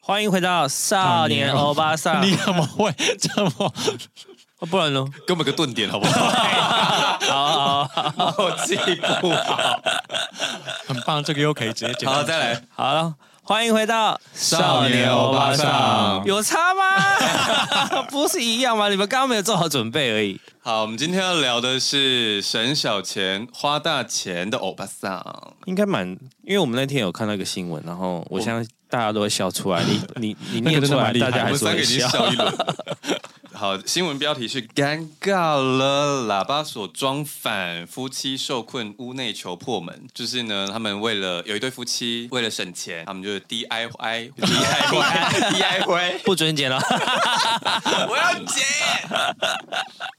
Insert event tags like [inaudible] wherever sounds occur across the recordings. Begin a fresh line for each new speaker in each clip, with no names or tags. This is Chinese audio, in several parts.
欢迎回到少年欧巴
啊
桑，
你怎么会这么？
哦不然呢？
[laughs] 给我们个顿点好不好？
好好好
我记不好。
[laughs] 很棒，这个又可以直接剪。
好，再来。
好了，欢迎回到
少年欧巴桑
有差吗？不是一样吗？你们刚刚没有做好准备而已。
好，我们今天要聊的是省小钱花大钱的欧巴桑。
应该蛮，因为我们那天有看到一个新闻，然后我相信大家都会笑出来。你你你
那个
念
真
出
的
来，
蛮厉害
大家
我
还
们
是
三个
会
已经
笑。
笑一轮 [laughs] 了。好，新闻标题是“尴尬了，喇叭锁装反，夫妻受困屋内求破门”。就是呢，他们为了有一对夫妻为了省钱，他们就是 DIY [laughs] DIY DIY，
不准剪了，
[laughs] 我要剪。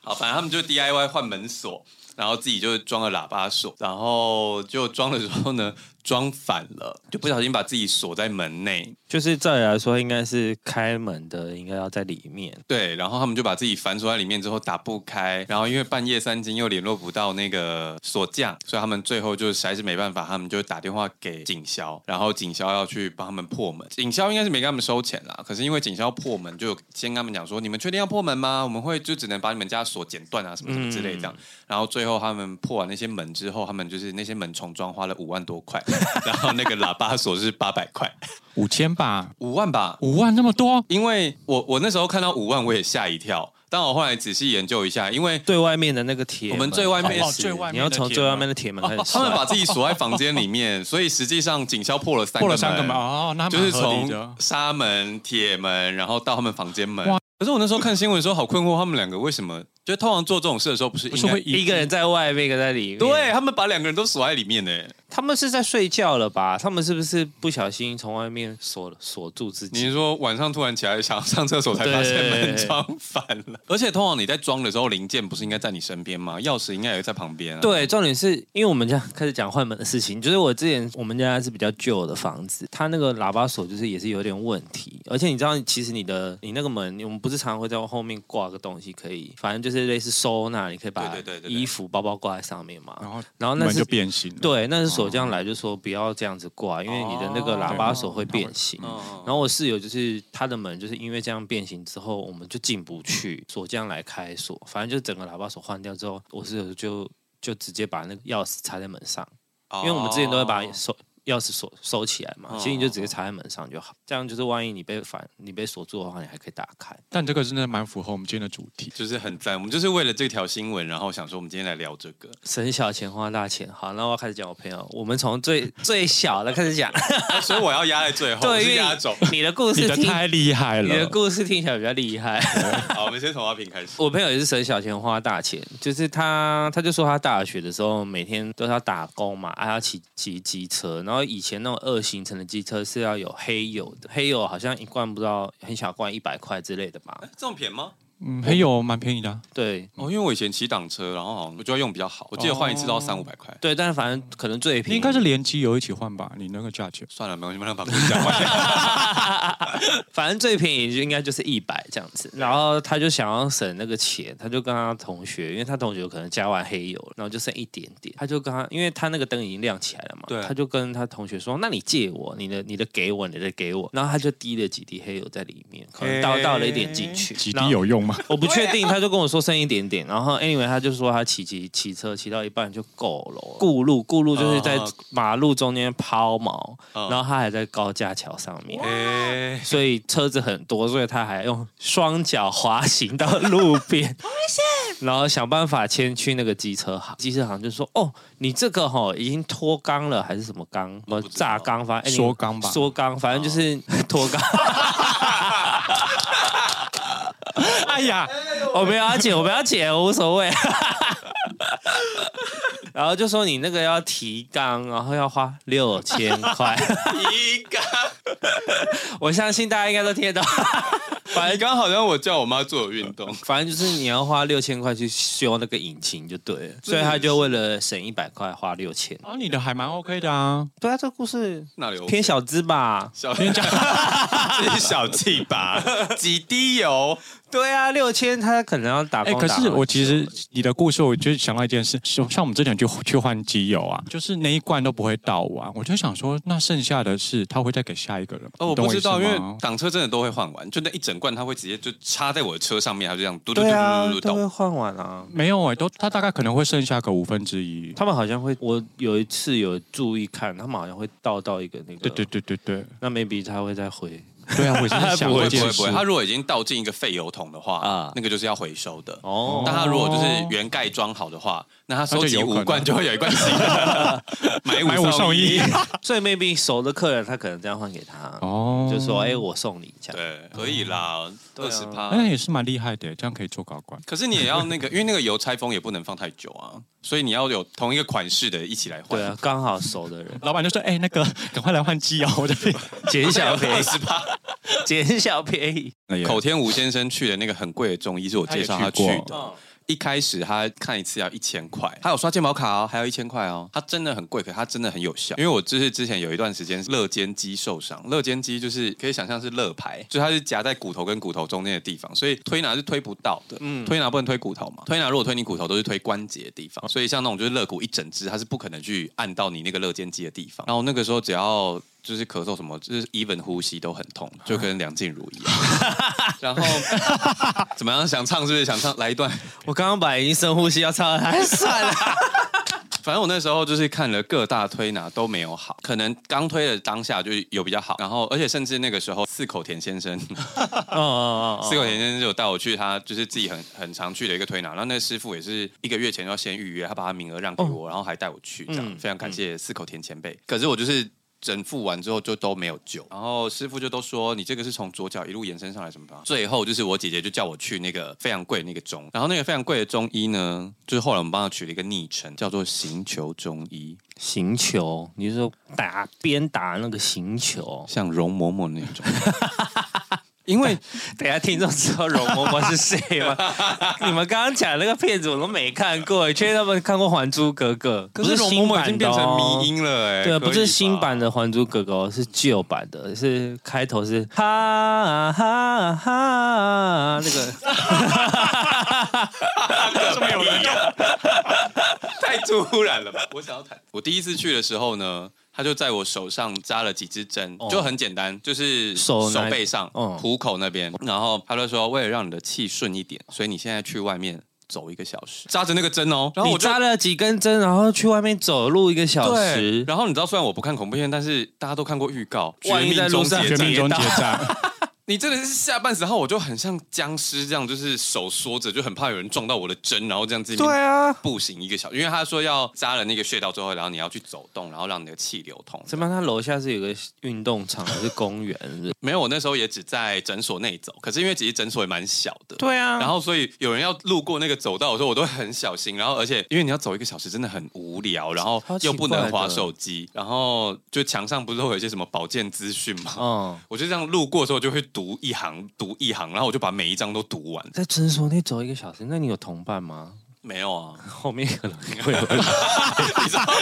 好，反正他们就 DIY 换门锁，然后自己就装了喇叭锁，然后就装的时候呢，装反了，就不小心把自己锁在门内。
就是照理来说，应该是开门的，应该要在里面。
对，然后他们就把自己反锁在里面之后打不开，然后因为半夜三更又联络不到那个锁匠，所以他们最后就实在是没办法，他们就打电话给警消，然后警消要去帮他们破门。警消应该是没跟他们收钱啦，可是因为警消破门，就先跟他们讲说，你们确定要破门吗？我们会就只能把你们家锁剪断啊，什么什么之类这样。然后最后他们破完那些门之后，他们就是那些门重装花了五万多块， [laughs] 然后那个喇叭锁是八百块，
五千吧，
五万吧，
五万那么多，
因为我我那时候看到五万，我也吓一跳。但我后来仔细研究一下，因为
最外面的那个铁门，
我们最外面
哦
是
最外面的
你要从
铁
最
门
外面的铁门开始
他
算。
们把自己锁在房间里面，所以实际上警消破了三个
破了三个门哦，那还
就
蛮
是
合理的
从。纱门、铁门，然后到他们房间门
哇。
可是我那时候看新闻的时候，好困惑，他们两个为什么？就通常做这种事的时候，不是
不是
应该
会
一个人在外面，一个在里面。
对他们把两个人都锁在里面呢？
他们是在睡觉了吧？他们是不是不小心从外面锁锁住自
你
己？
是说晚上突然起来想上厕所才发现门装反了？而且通常你在装的时候，零件不是应该在你身边吗？钥匙应该也在旁边啊。
对，重点是因为我们家开始讲换门的事情，就是我之前我们家是比较旧的房子，它那个喇叭锁就是也是有点问题，而且你知道，其实你的你那个门，我们不是常常会在后面挂个东西，可以，反正就是类似收纳，你可以把
对对对对对
衣服、包包挂在上面嘛。
然后
然后那
门
是
就变形了。
对，那是锁匠来就说不要这样子挂，因为你的那个喇叭锁会变形。
嗯，
然后我室友就是他的门就是因为这样变形之后，我们就进不去，锁匠来开锁，反正就整个喇叭锁换掉之后，我室友就就直接把那个钥匙插在门上，因为我们之前都会把
哦
锁钥匙锁收起来嘛，
哦
其实你就直接插在门上就好，这样就是万一你被反你被锁住的话，你还可以打开。
但这个真的蛮符合我们今天的主题。
就是很赞。我们就是为了这条新闻，然后想说我们今天来聊这 [laughs] 个。
省小钱花大钱，好，那我要开始讲我朋友，我们从最最小的开始讲， [laughs]
啊所以我要压在最后，我
对，
是
因
压
为
轴。
你的故
你
事
的
听。
太厉害
你的
了，
故事听起来比较厉害， [laughs]
好，我们先从阿平开始。
我朋友也是省小钱花大钱，就是他，他就说他大学的时候每天都是要打工嘛，还、啊、要骑骑机车，然后以前那种二行程的机车是要有黑油的，黑油好像一罐不知道很小罐一百块之类的吧？
这么便宜吗？
嗯，还有蛮便宜的啊，
对
哦，因为我以前骑挡车，然后好像我就要用比较好，我记得换一次都要三五百块。
对，但是反正可能最便宜
应该是连机油一起换吧？你那个价钱，
算了，没关系，我们让把故事讲
[laughs]
[laughs] 完。
反正最便宜就应该就是一百这样子，然后他就想要省那个钱，他就跟他同学，因为他同学可能加完黑油了，然后就剩一点点，他就跟他，因为他那个灯已经亮起来了嘛，
对
他就跟他同学说：“那你借我，你的你的给我，你的给我。”然后他就滴了几滴黑油在里面，可能倒
嘿
倒了一点进去，
几
然
滴
后
有用吗？
[laughs] 我不确定，他就跟我说剩一点点，然后 anyway 他就说他骑骑骑车骑到一半就够了，顾路顾路就是在嗯
哦
马路中间抛锚，
哦
然后他还在高架桥上面，
哎，
所以车子很多，所以他还用双脚滑行到路 [laughs] 边，然后想办法先去那个机车行。机车行就说：“哦，你这个哈、已经脱缸了，还是什么缸？什么
不知道
榨缸？反正哎你
缩缸吧哦
缩缸，反正就是 [laughs] 脱缸。
哎呀，
我没有要剪，我没有要剪，我无所谓。 [laughs] 然后就说你那个要提缸，然后要花六千块。 [laughs]
一个，
我相信大家应该都听得到。
反正刚好像我叫我妈做有运动，
反正就是你要花六千块去修那个引擎就对了，所以他就为了省一百块花六千。
啊，你的还蛮 OK 的啊，
对啊，这故事
那里有
偏小资吧？
[laughs] 小偏讲，这是小气吧？几滴油，
[laughs] 对啊，六千他可能要打
哎、
工打
可
很久。
是我其实你的故事，我就想到一件事，像像我们之前去去换机油啊，就是那一罐都不会倒完，我就想说，那剩下的是他会再给下一个人吗。
哦，
你
我不
懂
知道，因
意思
为
吗
挡车真的都会换完，就那一整罐，它会直接就插在我的车上面，它就这样嘟嘟嘟
对啊
嘟嘟嘟，
都会
抖。
换完啊。
没有哎、都他大概可能会剩下个五分之一。
他们好像会，我有一次有注意看，他们好像会倒到一个那个，
对对，对对
[laughs]
对，
那 maybe 他会再回。
对啊，我也是想这
不会不
件
会
事
不会，它如果已经倒进一个废油桶的话，
啊
啊，那个就是要回收的。
哦，
但它如果就是原盖装好的话，那它收
那就
集
有可能
五罐就会有一罐新的，买
买五送一
[laughs] 一。
所以 maybe 熟的客人他可能这样换给他，
哦，
就说哎、我送你这样。
对，可以啦，
对
二十
啊
趴
哎。那也是蛮厉害的，这样可以做高管。
可是你也要那个，因为那个邮差封也不能放太久啊，所以你要有同一个款式的一起来换。
对啊，刚好熟的 [laughs] 人
老板就说：“哎、那个赶快来换机油，我这边。
捡小 [laughs] 便宜，
十趴。
捡小便宜。
哎 [laughs] 呀
口天吴先生去的那个很贵的中医，是我介绍他去
他也
哦
去
的。一开始他看一次要一千块，他有刷健保卡哦，还要一千块哦。他真的很贵，可他真的很有效。因为我就是之前有一段时间肋间肌受伤，肋间肌就是可以想象是肋排，就它是夹在骨头跟骨头中间的地方，所以推拿是推不到的。
嗯
嗯，推拿不能推骨头嘛，推拿如果推你骨头都是推关节的地方，所以像那种就是肋骨一整只，它是不可能去按到你那个肋间肌的地方。然后那个时候只要就是咳嗽什么，就是 even 呼吸都很痛，就跟梁静茹一 [laughs] 样。然 [laughs] 后怎么样？想唱是不是？想唱来一段？
我刚刚把已经深呼吸要唱了，还算了。
反正我那时候就是看了各大推拿都没有好，可能刚推的当下就有比较好，然后而且甚至那个时候四口田先生，
[laughs] 哦 [laughs] 哦
四口田先生就有带我去他就是自己很很常去的一个推拿，然后那师傅也是一个月前要先预约，他把他名额让给我，然后还带我去，这样、
嗯
非常感谢四口田前辈。可是我就是。整复完之后就都没有救，然后师傅就都说你这个是从左脚一路延伸上来什么吧。最后就是我姐姐就叫我去那个非常贵的那个中，然后那个非常贵的中医呢，就是后来我们帮他取了一个昵称叫做“行球中医”，
行球，你是说打边打那个行球？
像容嬷嬷那种。因为
[laughs] 等一下听众知道容嬷嬷是谁
[laughs]
吗？你们刚刚讲那个片子我都没看过，因为他们看过《还珠格格》，
可
[laughs] 不
是容嬷
新
嬷已
版
经
的
变
哦
成迷。音了、哎，
对啊，
可以
不是新版
吧
的《还珠格格》哦，是旧版的，是开头是哈哈哈那个。
这么有人用？太突然了吧！ [laughs] 我想要谈。我第一次去的时候呢，他就在我手上扎了几支针，
哦
就很简单，就是
手
手
哪
背上、
嗯
虎口那边。然后他就说，为了让你的气顺一点，所以你现在去外面走一个小时，扎着那个针哦。然后
你
我就
扎了几根针，然后去外面走路一个小
对
时，，
然后你知道，虽然我不看恐怖片，但是大家都看过预告，《
万
绝
一在
命
路
终
上
结
绝
战》
命终结战，
你真的是下半时候，我就很像僵尸这样，就是手缩着，就很怕有人撞到我的针，然后这样自己
对啊，
步行一个小时，因为他说要扎了那个穴道之后，然后你要去走动，然后让你的气流通。
怎么他楼下是有个运动场还是公园？是不是
没有，我那时候也只在诊所内走，可是因为其实诊所也蛮小的。
对啊，
然后，所以有人要路过那个走道的时候，我都很小心。然后，而且因为你要走一个小时，真的很无聊，然后
超奇
又不能
怪
划
的
手机，然后就墙上不是会有一些什么保健资讯吗？ [laughs]
嗯，
我就这样路过的时候，就会读一行，读一行，然后我就把每一章都读完。
在诊所内走一个小时，那你有同伴吗？
没有啊，
后面可能会有，
[laughs]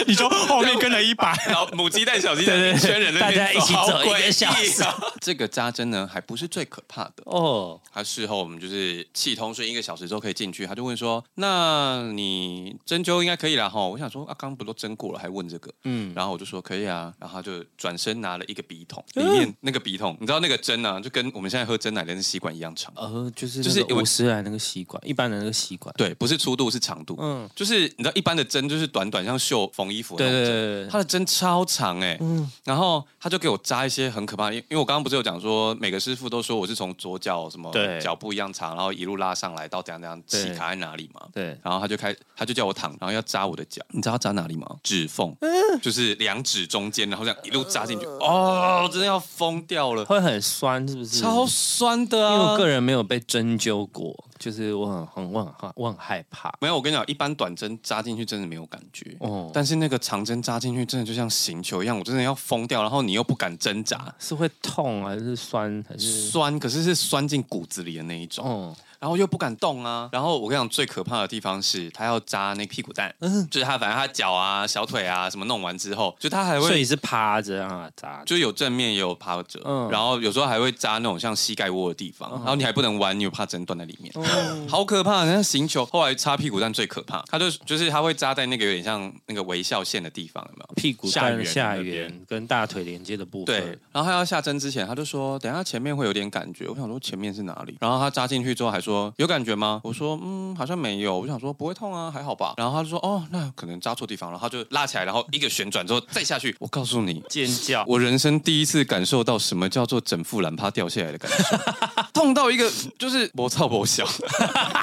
你说后面跟了一百，
然后母鸡蛋、小鸡蛋
对对
一圈人在那边，
大家一起走
好诡
一个小
异
时
啊。这个扎针呢，还不是最可怕的。
[laughs] 哦，
他事后我们就是气通顺一个小时之后可以进去，他就问说：“那你针灸应该可以啦吼？”我想说啊，刚刚不都针过了，还问这个？
嗯，
然后我就说可以啊，然后他就转身拿了一个笔筒，
嗯
里面那个笔筒，你知道那个针呢、啊，就跟我们现在喝真奶的那吸管一样长。
呃，就是
就
就是是
我
五十来那个吸管，一般的那个吸管，
对，不是粗度是长度，
嗯，
就是你知道一般的针就是短短像绣缝衣服的
对
那
对
种针，
对对
他
对，
的针超长哎、
嗯
然后他就给我扎一些很可怕的，因因为我刚刚不是有讲说每个师傅都说我是从左脚什么
对
脚步一样长，然后一路拉上来到怎样怎样，
对
气卡在哪里嘛。
对，
然后他就开，他就叫我躺，然后要扎我的脚，你知道他扎哪里吗？指缝，
嗯
就是两指中间，然后这样一路扎进去，
呃
哦，真的要疯掉了，
会很酸，是不是？
超酸的
嗯因为我
啊！
个人没有被针灸过，就是我很很我很害我很害怕，
没有，我跟你讲，一般短针扎进去真的没有感觉，
哦，但
但是那个长针扎进去真的就像刑球一样，我真的要疯掉，然后你又不敢挣扎，
是会痛还是酸还是？
酸，可是是酸进骨子里的那一种。
哦，
然后又不敢动啊。然后我跟你讲，最可怕的地方是他要扎那屁股蛋，
嗯
就是他反正他脚啊、小腿啊什么弄完之后，就他还
所
会
以是趴着让它扎。
就有正面也有趴着，
嗯
然后有时候还会扎那种像膝盖窝的地方，然后你还不能弯，你又怕针断在里面，
嗯哦
好可怕！那行球后来插屁股蛋最可怕，他就就是他会扎在那个有点像那个微笑线的地方，有没有？
屁股
下
蛋
缘
下
那边
缘跟大腿连接的部分，
对，然后他要下针之前，他就说等一下前面会有点感觉。我想说前面是哪里？然后他扎进去之后还说有感觉吗？我说嗯，好像没有。我想说不会痛啊，还好吧。然后他就说哦，那可能扎错地方了。然后他就拉起来，然后一个旋转之后再下去。我告诉你。
尖叫。
我人生第一次感受到什么叫做整副懒趴掉下来的感 [laughs] 觉，痛到一个就是我操我笑， [laughs]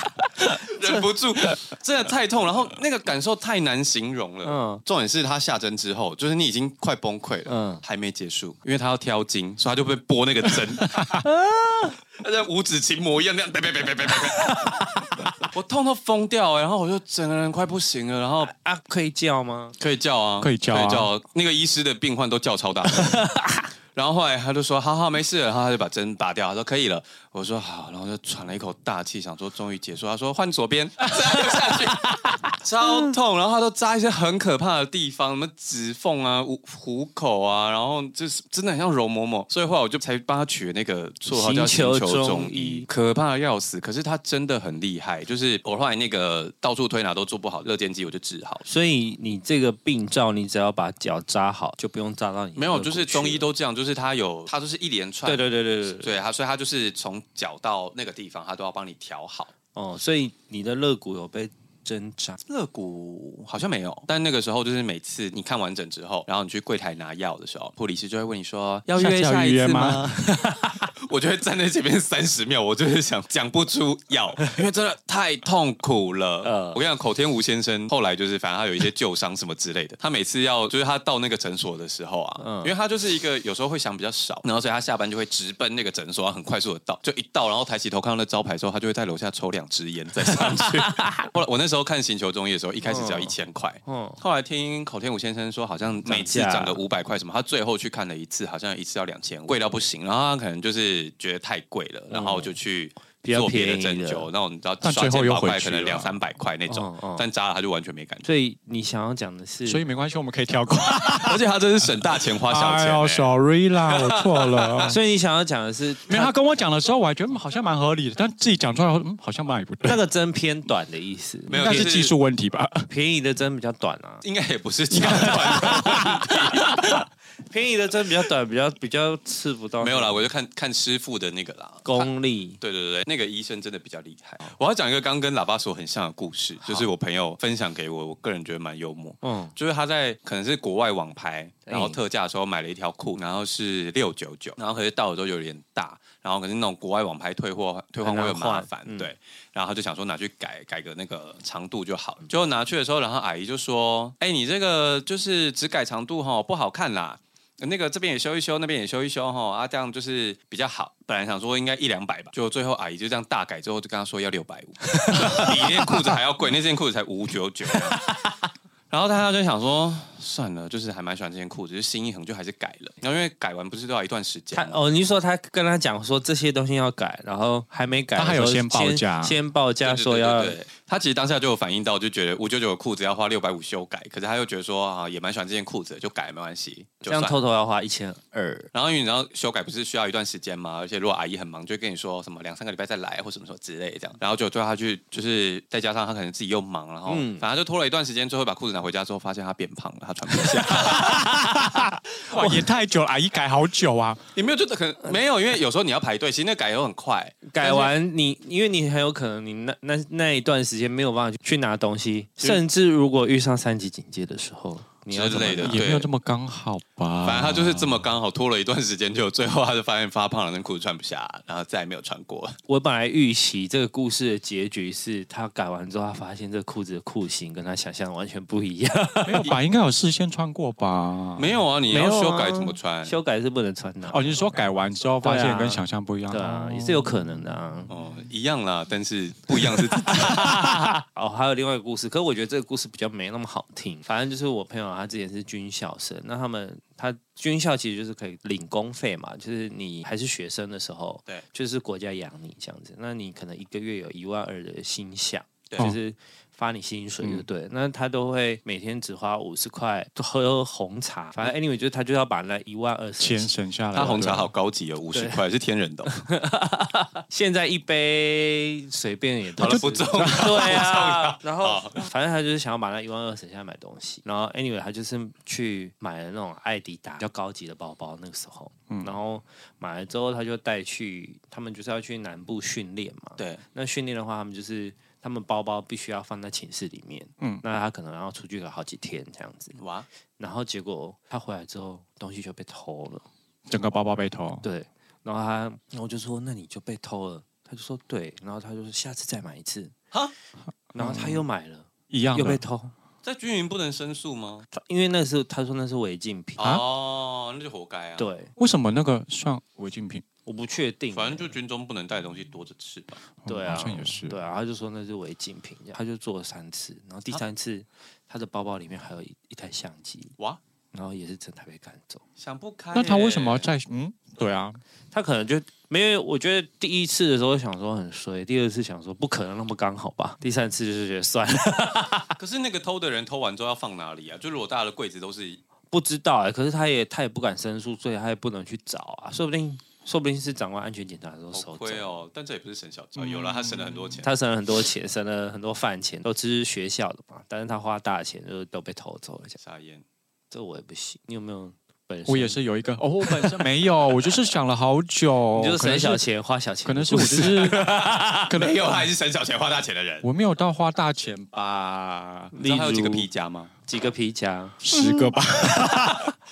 忍不 [laughs] 住，真的太痛，然后那个感受太难形容了。
嗯
重点是他下针之后，就是你已经快崩溃了，
嗯
还没结束，因为他要挑筋，所以他就被拨那个 [laughs] 针，他像五指琴魔一样那样，别别别别别别， [laughs] 我痛到疯掉、欸然后我就整个人快不行了，然后
啊，可以叫吗？
可以叫啊，
可以叫啊
可以叫。那个医师的病患都叫超大声。然后后来他就说：“好好，没事了。”然后他就把针拔掉，他说：“可以了。”我说：“好。”然后就喘了一口大气，想说终于结束。他说：“换左边。” [laughs] 扎就下去，超痛。然后他都扎一些很可怕的地方，什么指缝啊、虎虎口啊，然后就是真的很像容嬷嬷。所以后来我就才帮他取了那个绰号叫“
行球
星球
中
中
医
医”。可怕的要死，可是他真的很厉害。就是我后来那个到处推拿都做不好，热电击我就治好了。
所以你这个病灶，你只要把脚扎好，就不用扎到你。
没有，就是中医。都这样，就是他有，他就是一连串，
对对对对对对。
对他，所以他就是从脚到那个地方，他都要帮你调好。
哦，所以你的肋骨有被针扎。
肋骨好像没有，但那个时候就是每次你看完整之后，然后你去柜台拿药的时候，护理师就会问你说要
下
约
次要
下一
预约
次吗？我就会站在前面三十秒，我就是想讲不出药，因为真的太痛苦了。
呃
我跟你讲，口天吴先生后来就是，反正他有一些旧伤什么之类的，他每次要就是他到那个诊所的时候啊，
嗯
因为他就是一个有时候会想比较少，然后所以他下班就会直奔那个诊所，很快速的到，就一到，然后抬起头看到那招牌之后，他就会在楼下抽两支烟再上去。后来我那时候看《行球中医》的时候，一开始只要
嗯
一千块，
哦，
后来听口天武先生说，好像每次
涨价
涨个五百块什么，他最后去看了一次，好像一次要两千，贵到不行。然后他可能就是觉得太贵了，然后就去
比较
做别的
便
针
宜的
灸。那种你知道，
但最后又回去了
可能两三百块那种
嗯嗯，
但扎了他就完全没感
[laughs]
觉。
所以你想要讲的是，
所以没关系，我们可以跳过。
而且他真是省大钱花小
哎
钱
呦
欸。
，sorry 啦，我错
[laughs]
了。
所以你想要讲的是，
没有，他跟我讲的时候，我还觉得嗯好像蛮合理的，但自己讲出来，嗯，好像蛮也不对
那。个针偏短的意思，
没有
应该是
就是
技术问题
[laughs]
吧？
便宜的针比较短啊，
应该也不是这样吧 [laughs]
便宜的针比较短，比较比较刺不到。
没有啦，我就看看师傅的那个啦。
功力。
对对对，那个医生真的比较厉害。我要讲一个刚跟喇叭锁很像的故事，就是我朋友分享给我，我个人觉得蛮幽默。
嗯，
就是他在可能是国外网拍，然后特价的时候买了一条裤，然后是六九九，然后可是到了之后有点大，然后可是那种国外网拍退货退换会很麻烦，
很难换嗯
对，然后他就想说拿去改改个那个长度就好了。结果拿去的时候，然后阿姨就说：“哎、你这个就是只改长度哈，不好看啦。”呃那个这边也修一修，那边也修一修哈，啊，这样就是比较好。本来想说应该一两百吧，就最后阿姨就这样大改之后，就跟他说要六百五，比那件裤子还要贵，那件裤子才五九九。然后大家就想说，算了，就是还蛮喜欢这件裤子，就心一横就还是改了。然后因为改完不是都要一段时间
他
吗，
哦，你是说他跟他讲说这些东西要改，然后还没改的时候，
他还有先报价
先先报价
对
哦说要
对对对对他其实当下就有反应到，就觉得五九九的裤子要花六百五修改，可是他又觉得说啊，也蛮喜欢这件裤子的，就改没关系，
这
就
样
算了。
偷偷要花一千二，
然后因为你知道修改不是需要一段时间吗？而且如果阿姨很忙，就会跟你说什么两三个礼拜再来或什么什么之类这样。然后就叫他去，就是再加上他可能自己又忙，然后
嗯
反正就拖了一段时间，最后把裤子拿回家之后，发现他变胖了，他穿不
[laughs]
下。
哇，也太久了，阿姨改好久啊！
你没有觉得可能嗯没有？因为有时候你要排队，其实那改又很快，
改完你，因为你很有可能你那那那一段时间没有办法去去拿东西，甚至如果遇上三级警戒的时候，你要
之
怎么
类的
拿
也没有这么刚好吧？
反正他就是这么刚好拖了一段时间，就最后他就发现发胖了，那裤子穿不下，然后再也没有穿过。
我本来预期这个故事的结局是他改完之后，他发现这裤子的裤型跟他想象完全不一样，
没有吧？应该有事先穿过吧？
没有啊，你
没
要
有啊
修改怎么穿？
修改是不能穿的
哦，你是说改完之后发
对啊
现跟想象不一样？
啊
哦
对啊，也是有可能的啊。 [laughs]
哦，一样啦，但是不一样是
哦，还有另外一个故事，可是我觉得这个故事比较没那么好听。反正就是我朋友他之前是军校生，那他们他军校其实就是可以领公费嘛，就是你还是学生的时候，
对，
就是国家养你这样子，那你可能一个月有一万二的薪饷。
对
就是发你薪水，就对了。那他都会每天只花五十块喝红茶，反正 anyway 就是他就要把那一万二
钱省下来。
他红茶
对
好高级哦，五十
对
块是天然
[laughs]
的哦。
现在一杯随便也都
好了
是
不重
[laughs] 对啊。然后反正他就是想要把那一万二省下来买东西，然后 anyway 他就是去买了那种艾迪达比较高级的包包，那个时候，然后买了之后他就带去，他们就是要去南部训练嘛，
对，
那训练的话，他们就是他们包包必须要放在寝室里面，嗯，那他可能要出去个好几天这样子，
哇，
然后结果他回来之后东西就被偷了。
整个包包被偷，
对，然后他，然后我就说那你就被偷了，他就说对，然后他就说下次再买一次，
哈，
然后他又买了，
一样
又被
的。
偷，
在军营不能申诉吗？
他因为那是他说那是违禁品，
啊
哦，那就活该啊。，
对，
为什么那个算违禁品？
我不确定，
反正就军中不能带的东西多着吃吧。
对啊，
哦好像也是。
对啊，他就说那是违禁品，他就做了三次，然后
啊
第三次、他的包包里面还有一一台相机，
哇，
然后也是真的被赶走，
想不开耶。
那他为什么要在？嗯，对啊，
他可能就。没有，我觉得第一次的时候想说很衰，第二次想说不可能那么刚好吧，第三次就是觉得算了，
啊可是那个偷的人偷完之后要放哪里啊？就如果大家的柜子都是
不知道哎、可是他也他也不敢申诉，所以他也不能去找啊，说不定说不定是长官安全检查的时候
好
收走。
亏哦，但这也不是省小钱，有了他省了很多钱。
他省了很多钱，省了很多饭钱，都是学校的嘛。但是他花大钱，就是都被偷走了。这样
傻眼，
这我也不行。你有没有本事？
我也，是有一个哦，我本身没有，我就是想了好
[laughs]
久，
你就是
哦可
省
能
小钱花小钱。
可能是我就是，可能
[laughs] 啊
没有，他也是省小钱花大钱的人。
我没有到花大钱吧，
你知道他有几个皮
例
夹吗？
几个皮
[laughs]
夹，
如十个吧，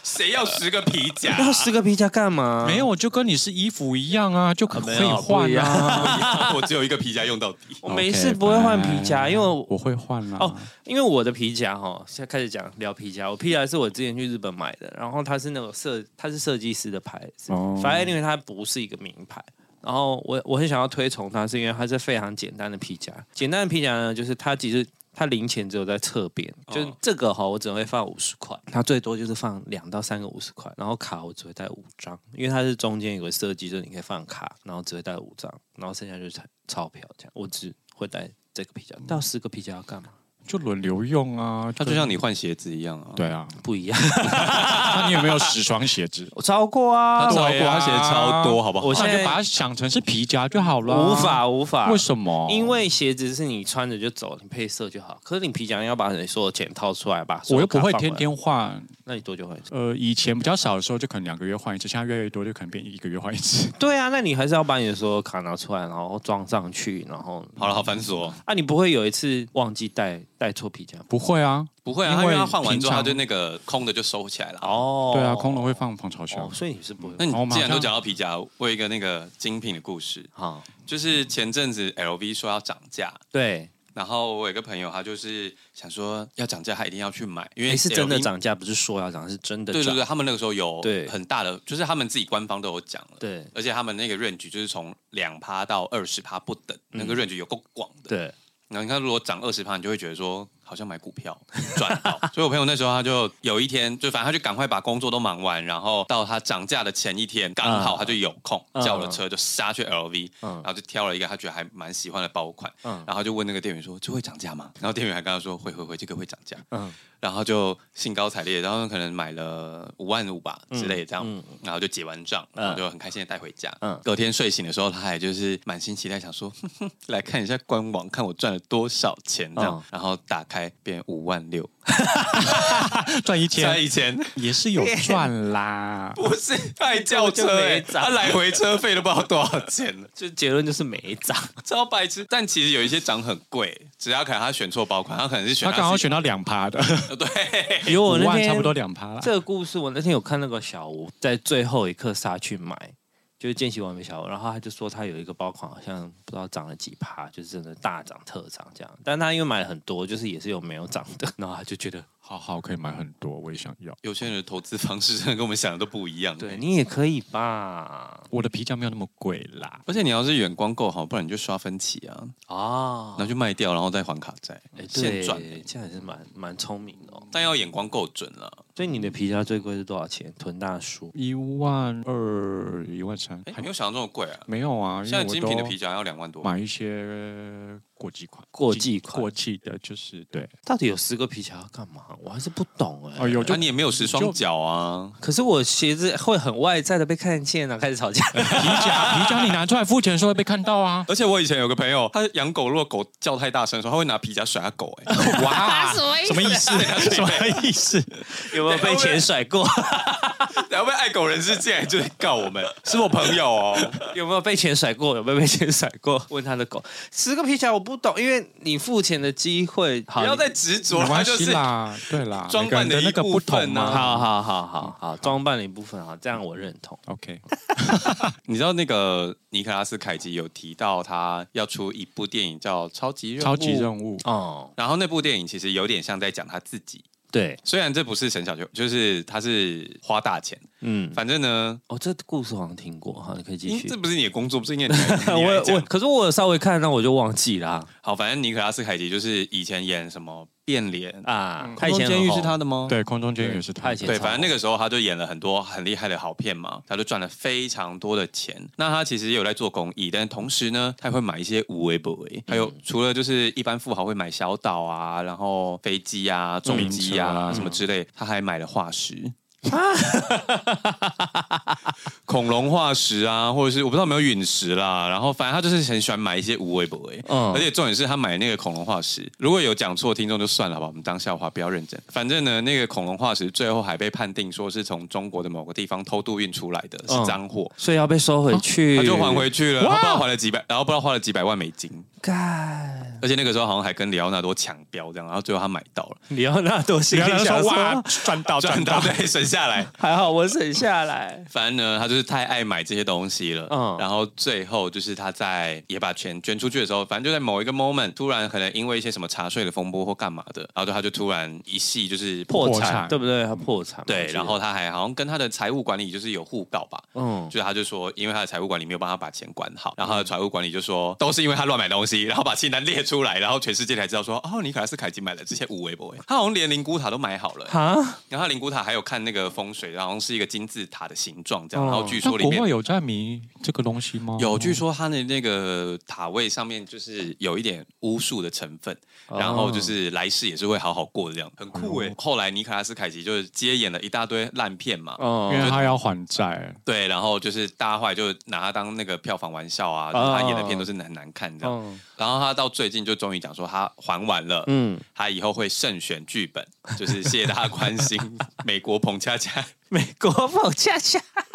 谁要十个皮夹？
[laughs] 要十个皮夹干嘛？
没有，就跟你是衣服一样啊，就可
嗯没
可以
有不
换
一样
[laughs] 啊。
我只有一个皮夹用到底。
我没事不会换皮夹，
OK，哎
因为我
我会换啊啦。
哦，因为我的皮夹哈，现在开始讲聊皮夹。我皮夹是我之前去日本买的，然后它是那种设，它是设计师的牌子，
哦
反正因为它不是一个名牌。然后我我很想要推崇它，是因为它是非常简单的皮夹。简单的皮夹呢，就是它其实它零钱只有在侧边，
哦
就是这个哈，我只会放五十块，它最多就是放两到三个五十块。然后卡我只会带五张，因为它是中间有个设计，就是你可以放卡，然后只会带五张，然后剩下就是钞钞票这样。我只会带这个皮夹，到十个皮夹要干嘛？
就轮流用啊，
他
就
就像你换鞋子一样啊。，
[laughs]
对啊。
不一样，啊
那你有没有十双鞋子？
我超过啊
他，超
对
过，
啊
他鞋超多，好不好
我？现
那
在
你就把它想成是皮夹就好了。
无，法无法，
为什么？
因为鞋子是你穿着就走，你配色就好。可是你皮夹要把你所有钱掏出来吧，
我又不
所
会
有卡放
天
完，
天换。
那你多久换一次？
呃，以前比较少的时候，就可能两个月换一次，现在越来越多，就可能变一个月换一次。 [laughs]
对啊，那你还是要把你的所有卡拿出来，然后装上去，然后
好了，好繁琐哦。
啊，你不会有一次忘记带带错皮夹
不会啊，
不会啊，
因
他
为
因为他换完之
平
后，他
常
就那个空的就收起来了。
哦
对啊，空了会放防潮箱
哦，。所以你是不会
那你
哦我马
既然都
上
讲到皮夹，我有一个那个精品的故事，
好，
就是前阵子 LV 说要涨价，
对，
然后我有一个朋友，他就是想说要涨价，他一定要去买，因为
啊你是真
LV
的。涨价，不是说要涨，是真的
对对
涨
对，，他们那个时候有
对
很大的，就是他们自己官方都有讲了，
对
而且他们那个 range 就是从两趴到二十趴不等，那
嗯
个 range 有够广的。
对，
然后你看，如果涨二十趴，你就会觉得说好像买股票 [laughs] 赚到。所以我朋友那时候他就有一天，就反正他就赶快把工作都忙完，然后到他涨价的前一天，刚好他就有空，
嗯
叫了车就杀去 LV，、
嗯
然后就挑了一个他觉得还蛮喜欢的包款，
嗯
然后就问那个店员说这会涨价吗？然后店员还跟他说会会会，这个会涨价。
嗯
然后就兴高采烈，然后可能买了五万五吧之类的这样，
嗯
然后就结完账，
嗯
然后就很开心的带回家。
嗯
隔天睡醒的时候，他还就是满心期待，想说 [laughs] 哼哼来看一下官网，看我赚了多少钱这样，
嗯
然后打开变五万六，
赚一
才
千
[laughs]
以前
也是有赚啦。
不是太轿车、欸，
根本就没涨
他来回车费都不知道多
[laughs]
少钱了，
就结论就是没涨，
超白痴。但其实有一些涨很贵，只要可能他选错包款，他可能是选
他刚好
自己
选到两趴的，
对，
因为我
五
那
万
天
差不多两趴啦。
这个故事我那天有看那个小吴在最后一刻杀去买，就是见习完没小，然后他就说他有一个包款，好像不知道涨了几趴，就是真的大涨特涨这样。但他因为买了很多，就是也是有没有涨的，然后他就觉得，
好好可以买很多，我也想要。
有些人的投资方式真的跟我们想的都不一样。
[laughs]
欸
对你也可以吧？
我的皮夹没有那么贵啦，
而且你要是眼光够好，不然你就刷分期啊，
哦
然，后就卖掉，然后再还卡债，
哎，
现
对，
赚。
这样也是蛮蛮聪明的、哦。
但要眼光够准了。
所以你的皮夹最贵是多少钱？屯大叔
一万二、一万三，
哎，
还
没有想到这么贵啊！
没有啊？因
现
为
在
我
精品的
都
皮夹要两万多，
买一些国际款，
过季款
过季的，就是对，
到底有十个皮夹要干嘛？我还是不懂哎、
哦有就
那你也没有十双脚啊。。
可是我鞋子会很外在的被看见啊，开始吵架。
皮夹，皮夹你拿出来付钱的时候会被看到啊
而且我以前有个朋友，他养狗，如果狗叫太大声的时候，他会拿皮夹甩他狗、
[laughs]
哎，
哇，
[laughs] 什么意思
什么意思？什么意思？
[laughs] 有没有被钱甩过？
然后被爱狗人士进来就告我们，是我朋友哦。
[laughs] 有没有被钱甩过？有没有被钱甩过？ [laughs] 问他的狗，十个皮夹我不懂，因为你付钱的机会，好，
不要再执着
没
了，他
关
就
系
是
啦，对啦，
装扮
每个
的
人的那个不
一部
同
分
你
啊
嘛。
好好好好好，装扮的一部分好，这样我认同。
OK，
你知道那个尼克拉斯凯奇有提到他要出一部电影叫《超级任务》，
超级任务，
哦，
然后那部电影其实有点像在讲他自己，
对，
虽然这不是沈小秋，就是他是花大钱，
嗯，
反正呢，
哦，这故事好像听过哈，你可以继
因
续
这。不是你的工作，不是
[laughs]
应该你
[laughs] 我
来
我
讲。
可是我有稍微看，那我就忘记啦
好，反正尼克拉斯凯奇就是以前演什么变脸，
啊。
空
太
中
前
监狱是他的吗？。
对，空中监狱也是他
哦太前
对，反正那个时候他就演了很多很厉害的好片嘛，他就赚了非常多的钱。那他其实也有在做公益，但是同时呢，他也会买一些无为不为，
嗯
还有除了就是一般富豪会买小岛啊，然后飞机啊、重机
名车
啊
啊
什么之类，他还买了化石。 [laughs] 恐龙化石啊，或者是我不知道有没有陨石啦，然后反正他就是很喜欢买一些无为不为，
嗯
而且重点是他买那个恐龙化石，如果有讲错听众就算了好吧，我们当笑话不要认真。反正呢，那个恐龙化石最后还被判定说是从中国的某个地方偷渡运出来的，是
嗯
脏货，
所以要被收回去，
啊他就还回去了，他不知道还了几百，然后不知道花了几百万美金，
嗯干。
而且那个时候好像还跟里奥纳多抢标这样，然后最后他买到了，
里奥纳多心
然后
里
他
想
说哇
说，，
[laughs] 赚到
赚
赚
到
到，
[laughs] 对，省下来。
还好我省下来。
反正呢，他就是太爱买这些东西了，
嗯
然后最后就是他在也把钱捐出去的时候，反正就在某一个 moment，突然可能因为一些什么茶税的风波或干嘛的，然后他就突然一系就是
破
破
产，
产
对不对？他破产嘛，我
对，
记得
然后他还好像跟他的财务管理就是有互告吧，
嗯，
就是他就说，因为他的财务管理没有帮他把钱管好，然后他的财务管理就说，都是因为他乱买东西，然后把清单列出来，然后全世界才知道说，哦，尼可拉斯凯奇买了这些五维博，他好像连灵骨塔都买好了、
哈，
然后他灵骨塔还有看那个风水，然后好像是一个金字塔的形状这样，
哦
然后据
那
说里
国
面
外。有在迷这个东西吗？
有，据说他的那个塔位上面就是有一点巫术的成分，然后就是来世也是会好好过这样，很酷哎、后来尼可拉斯凯奇就是接演了一大堆烂片嘛，
哦，
因为他要还债。
对，然后就是大家后来就拿他当那个票房玩笑啊，就是他演的片都是很难看这样。
嗯
然后他到最近就终于讲说他还完了，
嗯，
他以后会慎选剧本，就是谢谢大家关
[laughs]
心美国彭恰恰。
美国否恰恰
[laughs]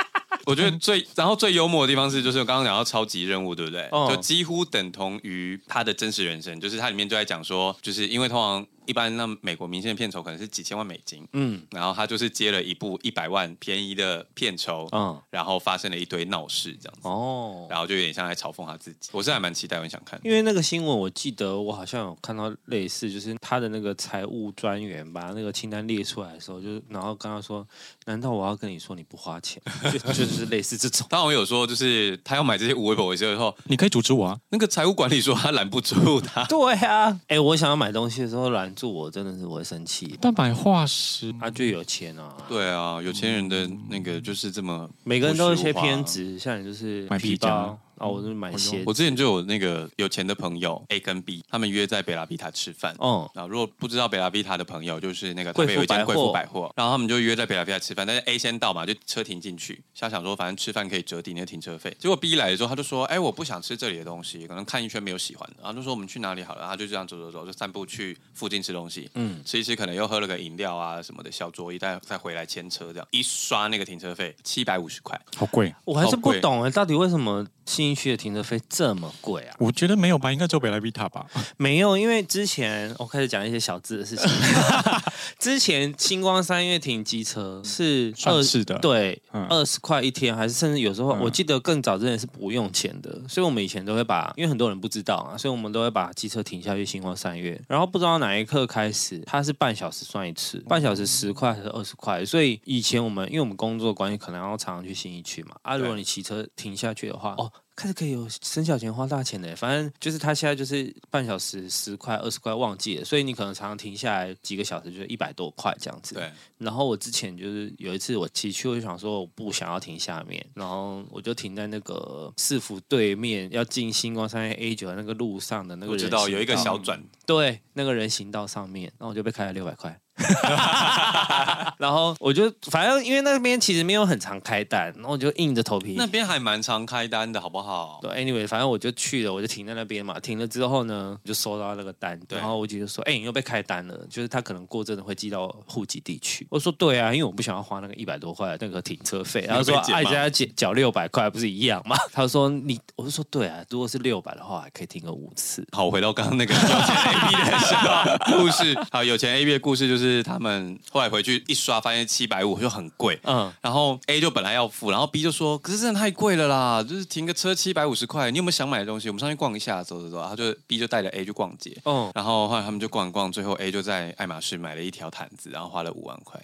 我觉得最然后最幽默的地方是，就是我刚刚讲到超级任务，对不对？
嗯
就几乎等同于他的真实人生，就是他里面就在讲说，就是因为通常一般那美国明星的片酬可能是几千万美金，
嗯
然后他就是接了一部一百万便宜的片酬，
嗯
然后发生了一堆闹事这样子。
哦，
然后就有点像在嘲讽他自己。我是还蛮期待，我很想看。
因为那个新闻我记得我好像有看到类似，就是他的那个财务专员把那个清单列出来的时候，就是然后跟他说，难道我要跟你说你不花钱？就就是类似这种。。
当然，我有说，就是他要买这些无为博为之后，
你可以阻止我啊！
那个财务管理说他拦不住他 [laughs]
对啊，哎、我想要买东西的时候拦住我，真的是我会生气。
但买化石，
他就有钱啊，
对啊，有钱人的那个就是这么，
每个人都有一些
啊
偏。执，像你就是
买皮夹
包，啊，我就是买鞋
我
子，
之前就有那个有钱的朋友 A 跟 B，他们约在北拉比塔吃饭。
嗯，
啊，如果不知道北拉比塔的朋友，就是那个
贵
台
妇
北有一间
百货
贵妇百货，然后他们就约在北拉比塔吃饭，但是 A 先到嘛，就车停进去，想想说反正吃饭可以折抵那个停车费。结果 B 来的时候，他就说：“哎，我不想吃这里的东西，可能看一圈没有喜欢的。”然后就说我们去哪里好了，然后他就这样走走走，就散步去附近吃东西，
嗯
嗯，吃一吃，可能又喝了个饮料啊什么的小酌一，再再回来牵车这样，一刷那个停车费七百五十块，
好贵。
我还是
好
不
贵
懂哎、到底为什么新一区的停车费这么贵啊？
我觉得没有吧，应该只有北莱比塔吧。
没有，因为之前我开始讲一些小资的事情。之前星光三月停机车是
算
二
是的
对，
嗯
二十块一天，还是甚至有时候、
嗯
我记得更早之前是不用钱的，所以我们以前都会把，因为很多人不知道啊，所以我们都会把机车停下去星光三月，然后不知道哪一刻开始，它是半小时算一次，半小时十块还是二十块，所以以前我们因为我们工作关系，可能要常常去新一区嘛，啊，如果
对
你骑车停下去的话，哦。开始可以有省小钱花大钱的，反正就是他现在就是半小时十块二十块忘记了，所以你可能常常停下来几个小时就是一百多块这样子。
对，
然后我之前就是有一次我骑去，我就想说我不想要停下面，然后我就停在那个市府对面要进星光三 A 九的那个路上的那个
我
人行
知道有一个
道
小转，
对那个人行道上面，然后我就被开了六百块。 [laughs] 然后我就反正因为那边其实没有很常开单，然后我就硬着头皮
那边还蛮常开单的，好不好？
对，anyway，反正我就去了，我就停在那边嘛。停了之后呢，就收到那个单，
对
然后我姐就说：“哎、你又被开单了，就是他可能过阵子会寄到户籍地区。”我说：“对啊，因为我不想要花那个一百多块那个停车费。”然后说：“
被减
哎，
吗
人家缴缴六百块不是一样吗？” [laughs] 他说：“你，我就说对啊，如果是六百的话，还可以停个五次。”
好，回到刚刚那个有钱 A B 的时候故事。好，有钱 A B 的故事就是他们后来回去一刷，发现七百五就很贵。
嗯，
然后 A 就本来要付，然后 B 就说：“可是真的太贵了啦，就是停个车七百五十块，你有没有想买的东西？我们上去逛一下，走走走。”然后就 B 就带着 A 去逛街，
哦，
然后后来他们就逛一逛，最后 A 就在爱马仕买了一条毯子，然后花了五万块，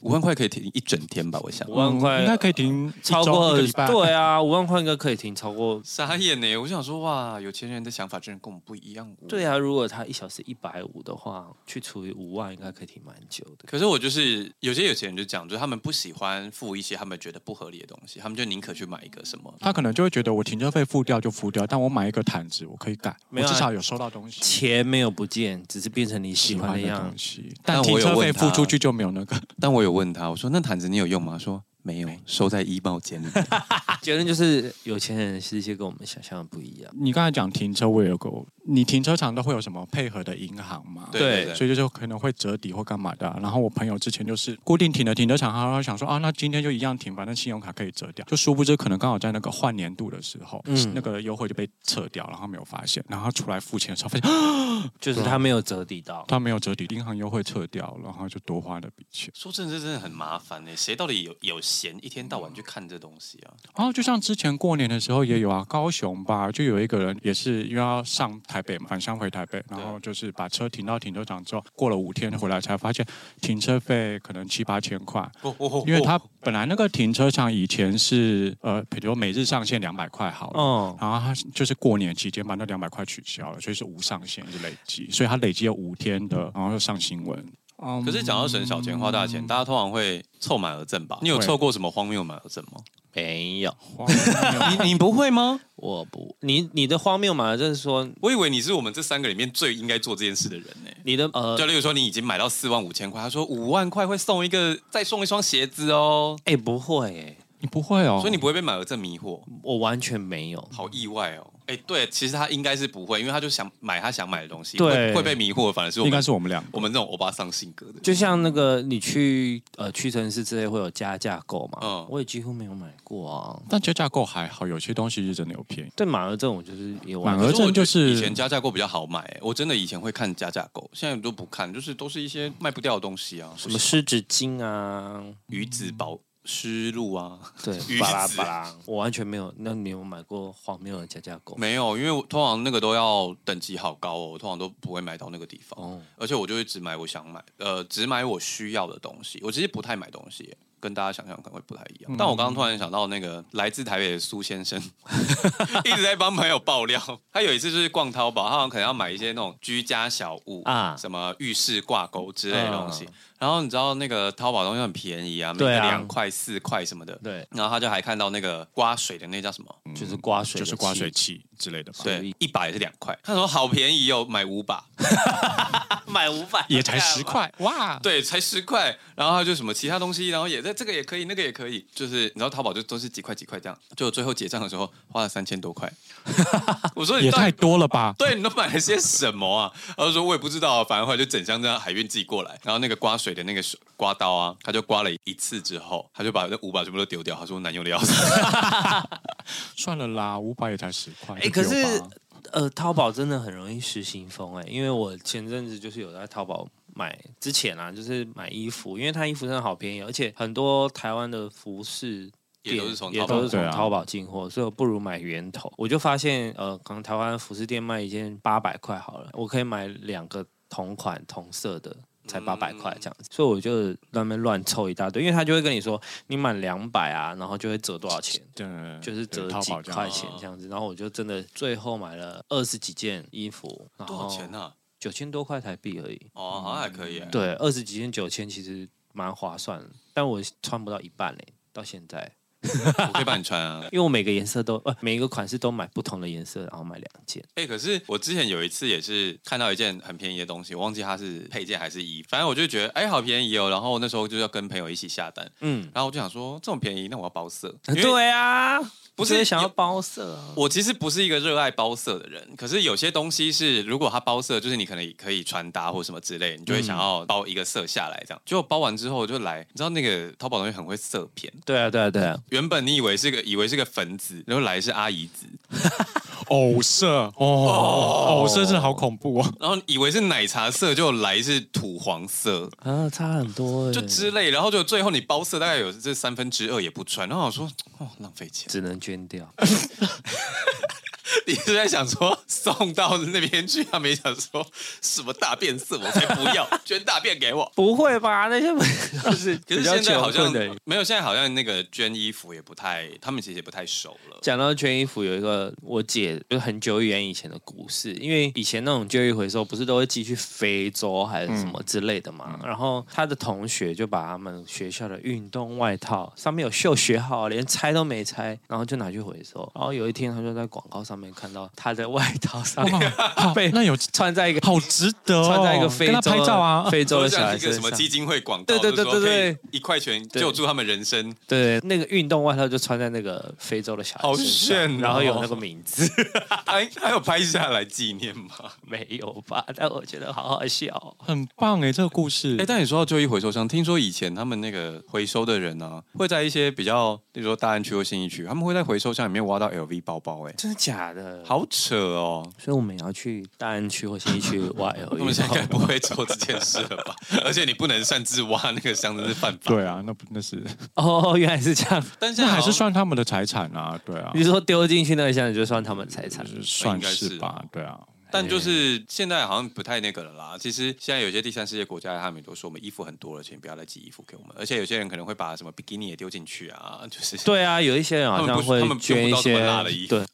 五万块可以停一整天吧？我想
五万块
嗯应该可以停一
超
周
过
一个
二
礼
十，
拜
对 [laughs] 啊，五万块应该可以停超过。
傻眼欸呢，我想说哇，有钱人的想法真的跟我们不一样。
对啊，如果他一小时一百五的话，去除以五万，应该可以停蛮久的。
可是我就是有些有钱人就讲，就是他们不喜欢付一些他们觉得不合理的东西，他们就宁可去买一个什么。
他可能就会觉得我停车费付掉就付掉，但我买一个毯子我可以改，
没
我
有啊
至少有收到东西，
钱没有不见，只是变成你喜
喜
欢
欢
的
的
样
东。西。
但
但
我
停
有
车费
问他
付出去就没有那个， [laughs]
但我有问他，我说那毯子你有用吗？他说没有，收在衣帽间里。
结论就是，有钱人的世界跟我们想象的不一样。
你刚才讲停车，我也有个，你停车场都会有什么配合的银行嘛？
对
对
对对，
所以就是可能会折抵或干嘛的啊、然后我朋友之前就是固定停的停车场，他会想说啊，那今天就一样停，反正信用卡可以折掉。就殊不知可能刚好在那个换年度的时候，
嗯
那个优惠就被撤掉，然后没有发现，然后他出来付钱的时候发现
就是他没有折抵到，
他没有折抵，银行优惠撤掉，然后就多花了笔钱。
说真的，这真的很麻烦呢、谁到底有有闲一天到晚去看这东西啊？
然哦后就像之前过年的时候也有啊，高雄吧，就有一个人也是因为要上台北嘛，返乡回台北，然后就是把车停到停车场之后，过了五天回来才发现停车费可能七八千块，
哦哦哦
因为他本来那个停车场以前是呃，比如每日上限两百块好了。
嗯，
然后他就是过年期间把那两百块取消了，所以是无上限，一直累积，所以他累积了五天的，然后又上新闻。嗯
可是讲到省小钱花大钱，大家通常会凑满额赠吧？你有
会
凑过什么荒谬满额赠吗？
没有，
花了没有
你你不会吗？
我不，你你的荒谬嘛，就是说
我以为你是我们这三个里面最应该做这件事的人呢、
你的呃
就，例如说，你已经买到四万五千块，他说五万块会送一个，再送一双鞋子哦，
哎、不会、哎，
你不会哦，
所以你不会被满额赠迷惑，
我完全没有。
好意外哦。嗯哎，对，其实他应该是不会，因为他就想买他想买的东西，
对
会会被迷惑，反而是我
应该
们
是我们俩。
我们这种欧巴桑性格的。
就像那个你去呃屈臣氏之类会有加价购嘛，
嗯
我也几乎没有买过啊。
但折价购还好，有些东西是真的有便宜。
对马儿这种就是也完
满额
可是
赠
我
就
觉得
是
以前加价购比较好买、我真的以前会看加价购，现在都不看，就是都是一些卖不掉的东西啊，
什么湿纸巾啊，
鱼子保湿露啊，
对
鱼，
巴拉
子
巴拉，我完全没有。那你有买过荒谬的加价购？
没有，因为我通常那个都要等级好高哦，我通常都不会买到那个地方。
哦，
而且我就会只买我想买，呃，只买我需要的东西。我其实不太买东西耶，跟大家想象可能会不太一样。但我刚刚突然想到，那个来自台北的苏先生 [laughs] 一直在帮朋友爆料。他有一次就是逛淘宝，他好像可能要买一些那种居家小物
啊嗯
啊，什么浴室挂钩之类的东西。然后你知道那个淘宝东西很便宜啊，每个
对啊
两块四块什么的。
对，嗯
然后他就还看到那个刮水的那叫什么？
就是刮水的
就
器，
是刮水器之类的吧。
所
对
以，
一把也是两块。他说好便宜哦，买五把。
[laughs] 买百五百
也才十，块，哇！
对，啊才十块，然后还有就什么其他东西，然后也在这个也可以，那个也可以，就是你知道淘宝就都是几块几块这样，就最后结账的时候花了三千
[laughs]
多块，我说你
也
到底
太多了吧？
对，啊你都买了些什么啊？他就说我也不知道啊，反正后来就整箱这样海运寄过来，然后那个刮水的那个水刮刀啊，他就刮了一次之后，他就把那五把全部都丢掉，他说难用的要死。
算了啦，五百也才十块。
哎、
就
可
丢
是
吧
呃，淘宝真的很容易失心疯哎、因为我前阵子就是有在淘宝买之前啊，就是买衣服，因为它衣服真的好便宜，而且很多台湾的服饰。
也都是从
[laughs] 也
淘宝
都是从
对啊
淘宝进货，所以我不如买源头。我就发现，呃，可能台湾服饰店卖一件八百块好了，我可以买两个同款同色的，才八百
嗯
块这样子。所以我就在那边乱凑一大堆，因为他就会跟你说，你满两百啊，然后就会折多少钱。
对，
就是
对
折
淘
几
宝这样
块钱这样子，然后我就真的最后买了二十几件衣服，然
多
后
少钱呢、啊？
九千多块台币而已。
哦，好像还可以、欸。
嗯对，二十几件九千其实蛮划算的，但我穿不到一半嘞，到现在，
我可以帮你穿啊。
因为我每个颜色都呃每一个款式都买不同的颜色，然后买两件。
哎、可是我之前有一次也是看到一件很便宜的东西，我忘记它是配件还是衣服，反正我就觉得哎、好便宜哦。然后那时候就是要跟朋友一起下单，
嗯，
然后我就想说这么便宜，那我要包色。因为
对啊，
不是
我就想要包色啊。
我其实不是一个热爱包色的人，可是有些东西是，如果它包色，就是你可能可以穿搭或什么之类，你就会
嗯
想要包一个色下来，这样。结果包完之后就来，你知道那个淘宝东西很会色偏，
对啊，对啊，对啊，
原本你以为是个以为是个粉紫，然后来是阿姨紫，
藕色哦，藕色真的好恐怖
[laughs]
哦。
然后以为是奶茶色，就来是土黄色，
啊，差很多欸，
就之类，然后就最后你包色大概有这三分之二也不穿，然后我说哦浪费钱， [laughs]
只能捐掉。
你是在想说送到那边去，他没想说什么大变色，我才不要
[laughs]
捐大便给我。
不会吧？那些 [laughs] 不就是
可
比
是
较
现在好
穷
像
困的人
没有，现在好像那个捐衣服也不太，他们其实也不太熟了。
讲到捐衣服，有一个我姐就是很久远以前的故事，因为以前那种旧衣回收不是都会寄去非洲还是什
嗯
么之类的嘛，然后她的同学就把他们学校的运动外套上面有绣学号，连拆都没拆，然后就拿去回收。然后有一天，她就在广告上面看到她的外套上面
好
被
那有
穿在一个
好值得哦，
穿在一个非
跟
洲
他
的
拍照
[laughs]
啊。
非洲的
就
小
像
孩
一个
身
什么
上。
基金会广告，
对对对
就是说
对对
可以一块钱
对
救助他们人生， [laughs]
对，那个运动外套就穿在那个非洲的小孩
好
身
炫
上，
哦
然后有那个名字。 [laughs]
还还有拍下来纪念吗？
没有吧？但我觉得好好笑哦、
很棒哎，这个故事
哎、但你说到旧衣回收商，听说以前他们那个回收的人呢、啊，会在一些比较，例如说大安区或信义区，他们会在回收箱里面挖到 LV 包包、哎，
真的假的？，
好扯哦！
所以我们也要去大安区或新一区挖 L
[laughs] 他们现在应该不会做这件事了吧？ [laughs] 而且你不能擅自挖那个箱子是犯法。
对啊，那不那是
[laughs] 哦，原来是这样。
[laughs] 但现
那
在
还
好像
是算他们的财产啊，对啊
你，说丢进去那个箱子就算他们的财产
就是算
哦应该是
是吧，对啊。
但就是现在好像不太那个了啦。其实现在有些第三世界国家，他们都说我们衣服很多了，请不要再寄衣服给我们。而且有些人可能会把什么比基尼也丢进去啊，就是
对啊，有一些人好像
他
会
们不是他
捐
们
一
用不到这么
些
辣的衣服
对，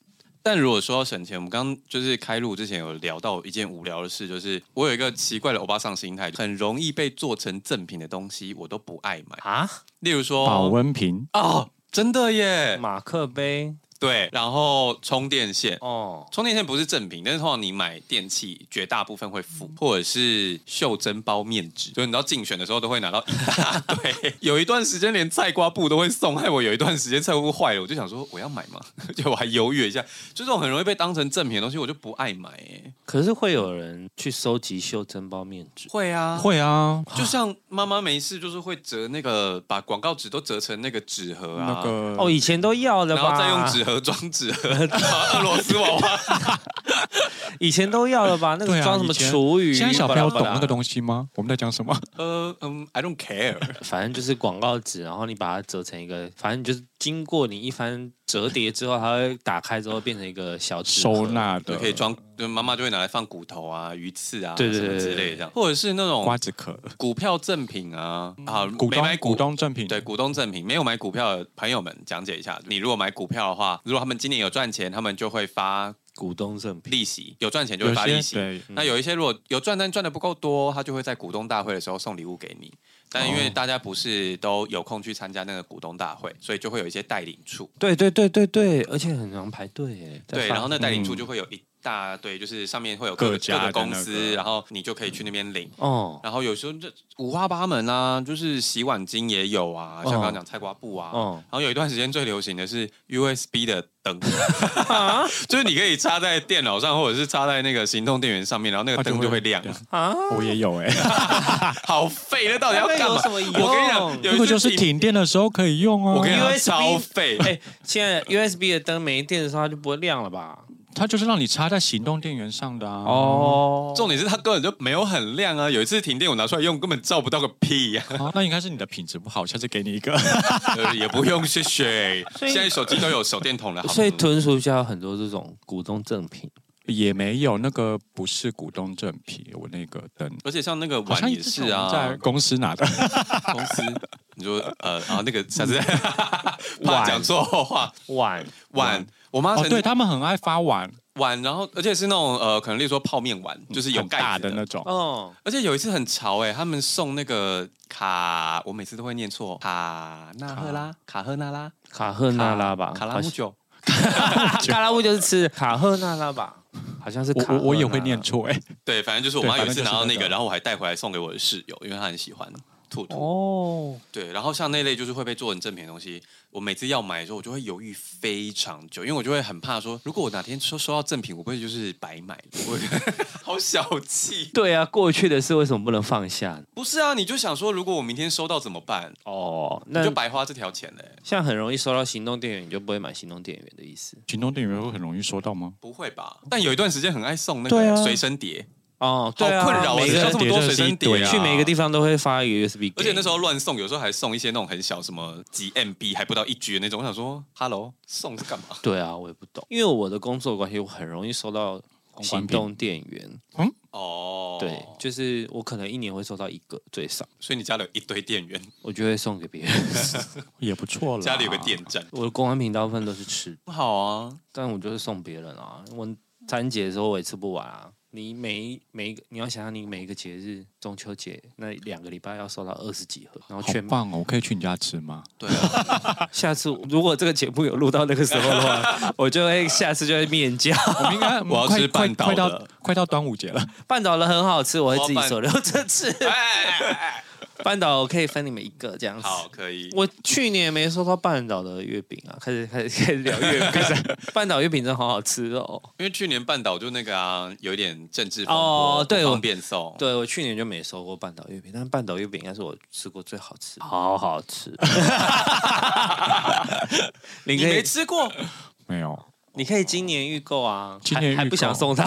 但如果说要省钱，我们刚刚就是开录之前有聊到一件无聊的事，就是我有一个奇怪的欧巴桑心态，很容易被做成赠品的东西，我都不爱买。
啊，
例如说
保温瓶，
哦，真的耶，
马克杯
对，然后充电线。
哦，
充电线不是正品，但是通常你买电器，绝大部分会附，或者是袖珍包面纸，就是你知道竞选的时候都会拿到一大堆。有一段时间连菜瓜布都会送，害我有一段时间菜瓜布坏了，我就想说我要买吗？ [laughs] 就我还犹豫了一下，就这种很容易被当成正品的东西，我就不爱买、欸。
可是会有人去收集袖珍包面纸，
会啊，
会啊，
就像妈妈没事就是会折那个，把广告纸都折成那个纸盒啊，
那个
哦，以前都要的
然
吧？
后再用纸盒装纸盒，然后俄罗斯娃娃。 [laughs]
以前都要了吧？那
对
个
啊
装什么
以前
厨余？
现在小朋友
巴
懂
拉巴拉
那个东西吗？我们在讲什
[laughs]
么？
呃嗯，I don't care。
反正就是广告纸，然后你把它折成一个，反正就是经过你一番折叠之后，它会打开之后变成一个小纸盒
收。纳的
对，可以装，就妈妈就会拿来放骨头啊、鱼刺啊，
对对
什么
对
之
对
类
对
的这样，或者是那种
瓜子壳，
股票赠品啊，啊，
股
没买
东
股
股东赠品，
对股东赠品，没有买股票的朋友们讲解一下，你如果买股票的话，如果他们今年有赚钱，他们就会发
股东赠品，
利息，有赚钱就
有
会发利
些
息，
对
那有一些如果有赚，但赚的不够多，他就会在股东大会的时候送礼物给你。但因为大家不是都有空去参加那个股东大会，所以就会有一些带领处。
对对对对对，而且很常排队耶。在
对，
放嗯
然后那带领处就会有一大堆，就是上面会有各
各
各
家的
个公
那
啊
司，
个
然后你就可以去那边领。
哦
然后有时候这五花八门啊，就是洗碗巾也有啊，像刚刚讲菜瓜布啊。
哦
然后有一段时间最流行的是 USB 的
[laughs]
灯， [laughs] 就是你可以插在电脑上，或者是插在那个行动电源上面，然后那个灯就会亮。
啊，
我也有哎、
好废，那到底要干
那有
嘛？
什么用
我跟你讲， [laughs] 有
那个
一次
就是停电的时候可以用啊。
我跟你讲
USB
超废。
哎、现在 USB 的灯没电的时候它就不会亮了吧？
它就是让你插在行动电源上的啊。
哦，
重点是它根本就没有很亮啊！有一次停电，我拿出来用，根本照不到个屁呀、
啊，那应该是你的品质不好，下次给你一个。
呃也不用谢谢。
[laughs] 所以
现在手机都有手电筒了，好吗
所以豚叔家有很多这种股东赠品
[laughs] 也没有，那个不是股东正品，我那个灯
而且像那个
好像
碗也
之前
是
我们在
[laughs] 啊，
公司拿的。
公司你说呃啊那个下次怕讲错话
碗，
碗，我妈
哦，
曾
对他们很爱发碗，
碗，然后而且是那种呃可能例如说泡面碗，就是有
很
盖
大
子的
的那种。
哦，
而且有一次很潮哎、他们送那个卡，我每次都会念错，卡纳赫拉、卡赫纳拉、
卡赫纳拉吧，
卡拉姆酒，
好
[laughs]
像，卡拉乌就是吃卡赫纳拉吧，好像是
我
卡
我我也
赫纳
会
拉
念错哎，
对，反正就是我
对
妈有一次
反正就是
拿到那
那
个，
个
然后我还带回来送给我的室友，因为她很喜欢兔兔。
哦，
对，然后像那类就是会被做成正品的东西，我每次要买的时候，我就会犹豫非常久，因为我就会很怕说，如果我哪天收收到正品，我不会就是白买了？我 [laughs] 好小气。
对啊，过去的事为什么不能放下？
不是啊，你就想说，如果我明天收到怎么办？
哦，
你
那
就白花这条钱嘞、欸
像很容易收到行动电源，你就不会买行动电源的意思
行动电源会很容易收到吗？
不会吧？但有一段时间很爱送那
对啊
个随身碟，
哦，
好
对啊
困扰啊！
每
学
个
校这么多
每个
随身碟
对
啊，
去每个地方都会发一个 USB，
而且那时
候
候乱送，有时候还送一些那种很小，什么几 MB 还不到一 G 的那种。我想说，Hello，送是干嘛？
对啊，我也不懂，因为我的工作关系，我很容易收到
公关
行
品
动电源，
哦，
对，就是我可能一年会收到一个最少，
所以你家里有一堆电源，
我就会送给
[laughs]
别人。
也不错了。
家里有个电站，
我的公安品大部分都是吃，
不好啊。
但我就是送别人啊。我三节的时候我也吃不完啊。你每一每一个，你要想想你每一个节日，中秋节那两个礼拜要收到二十几盒，然后
好
全
棒哦！我可以去你家吃吗？
对啊，
下次如果这个节目有录到那个时候的
[laughs]
话，我就会下次就会面交。
我们应该嗯
我要吃
快
半
快
岛
快
的
到快到端午节了，
半岛的很好吃，我会自己
哦半
手留着吃。 [laughs]
哎
半岛我可以分你们一个这样子。
[laughs] 好，可以。
我去年没收到半岛的月饼啊，开始开始开始聊月 [laughs] 饼，半岛月饼真的好好吃哦。
因为去年半岛就那个啊，有点政治风
哦
波，不
对我
方便送。
对我去年就没收过半岛月饼，但是半岛月饼应该是我吃过最好吃，好好 [laughs] 吃。你
你
可以
没，吃 [laughs] 过？
没有。
你可以今年预购啊，
今年
还还
预
不想
购
送他，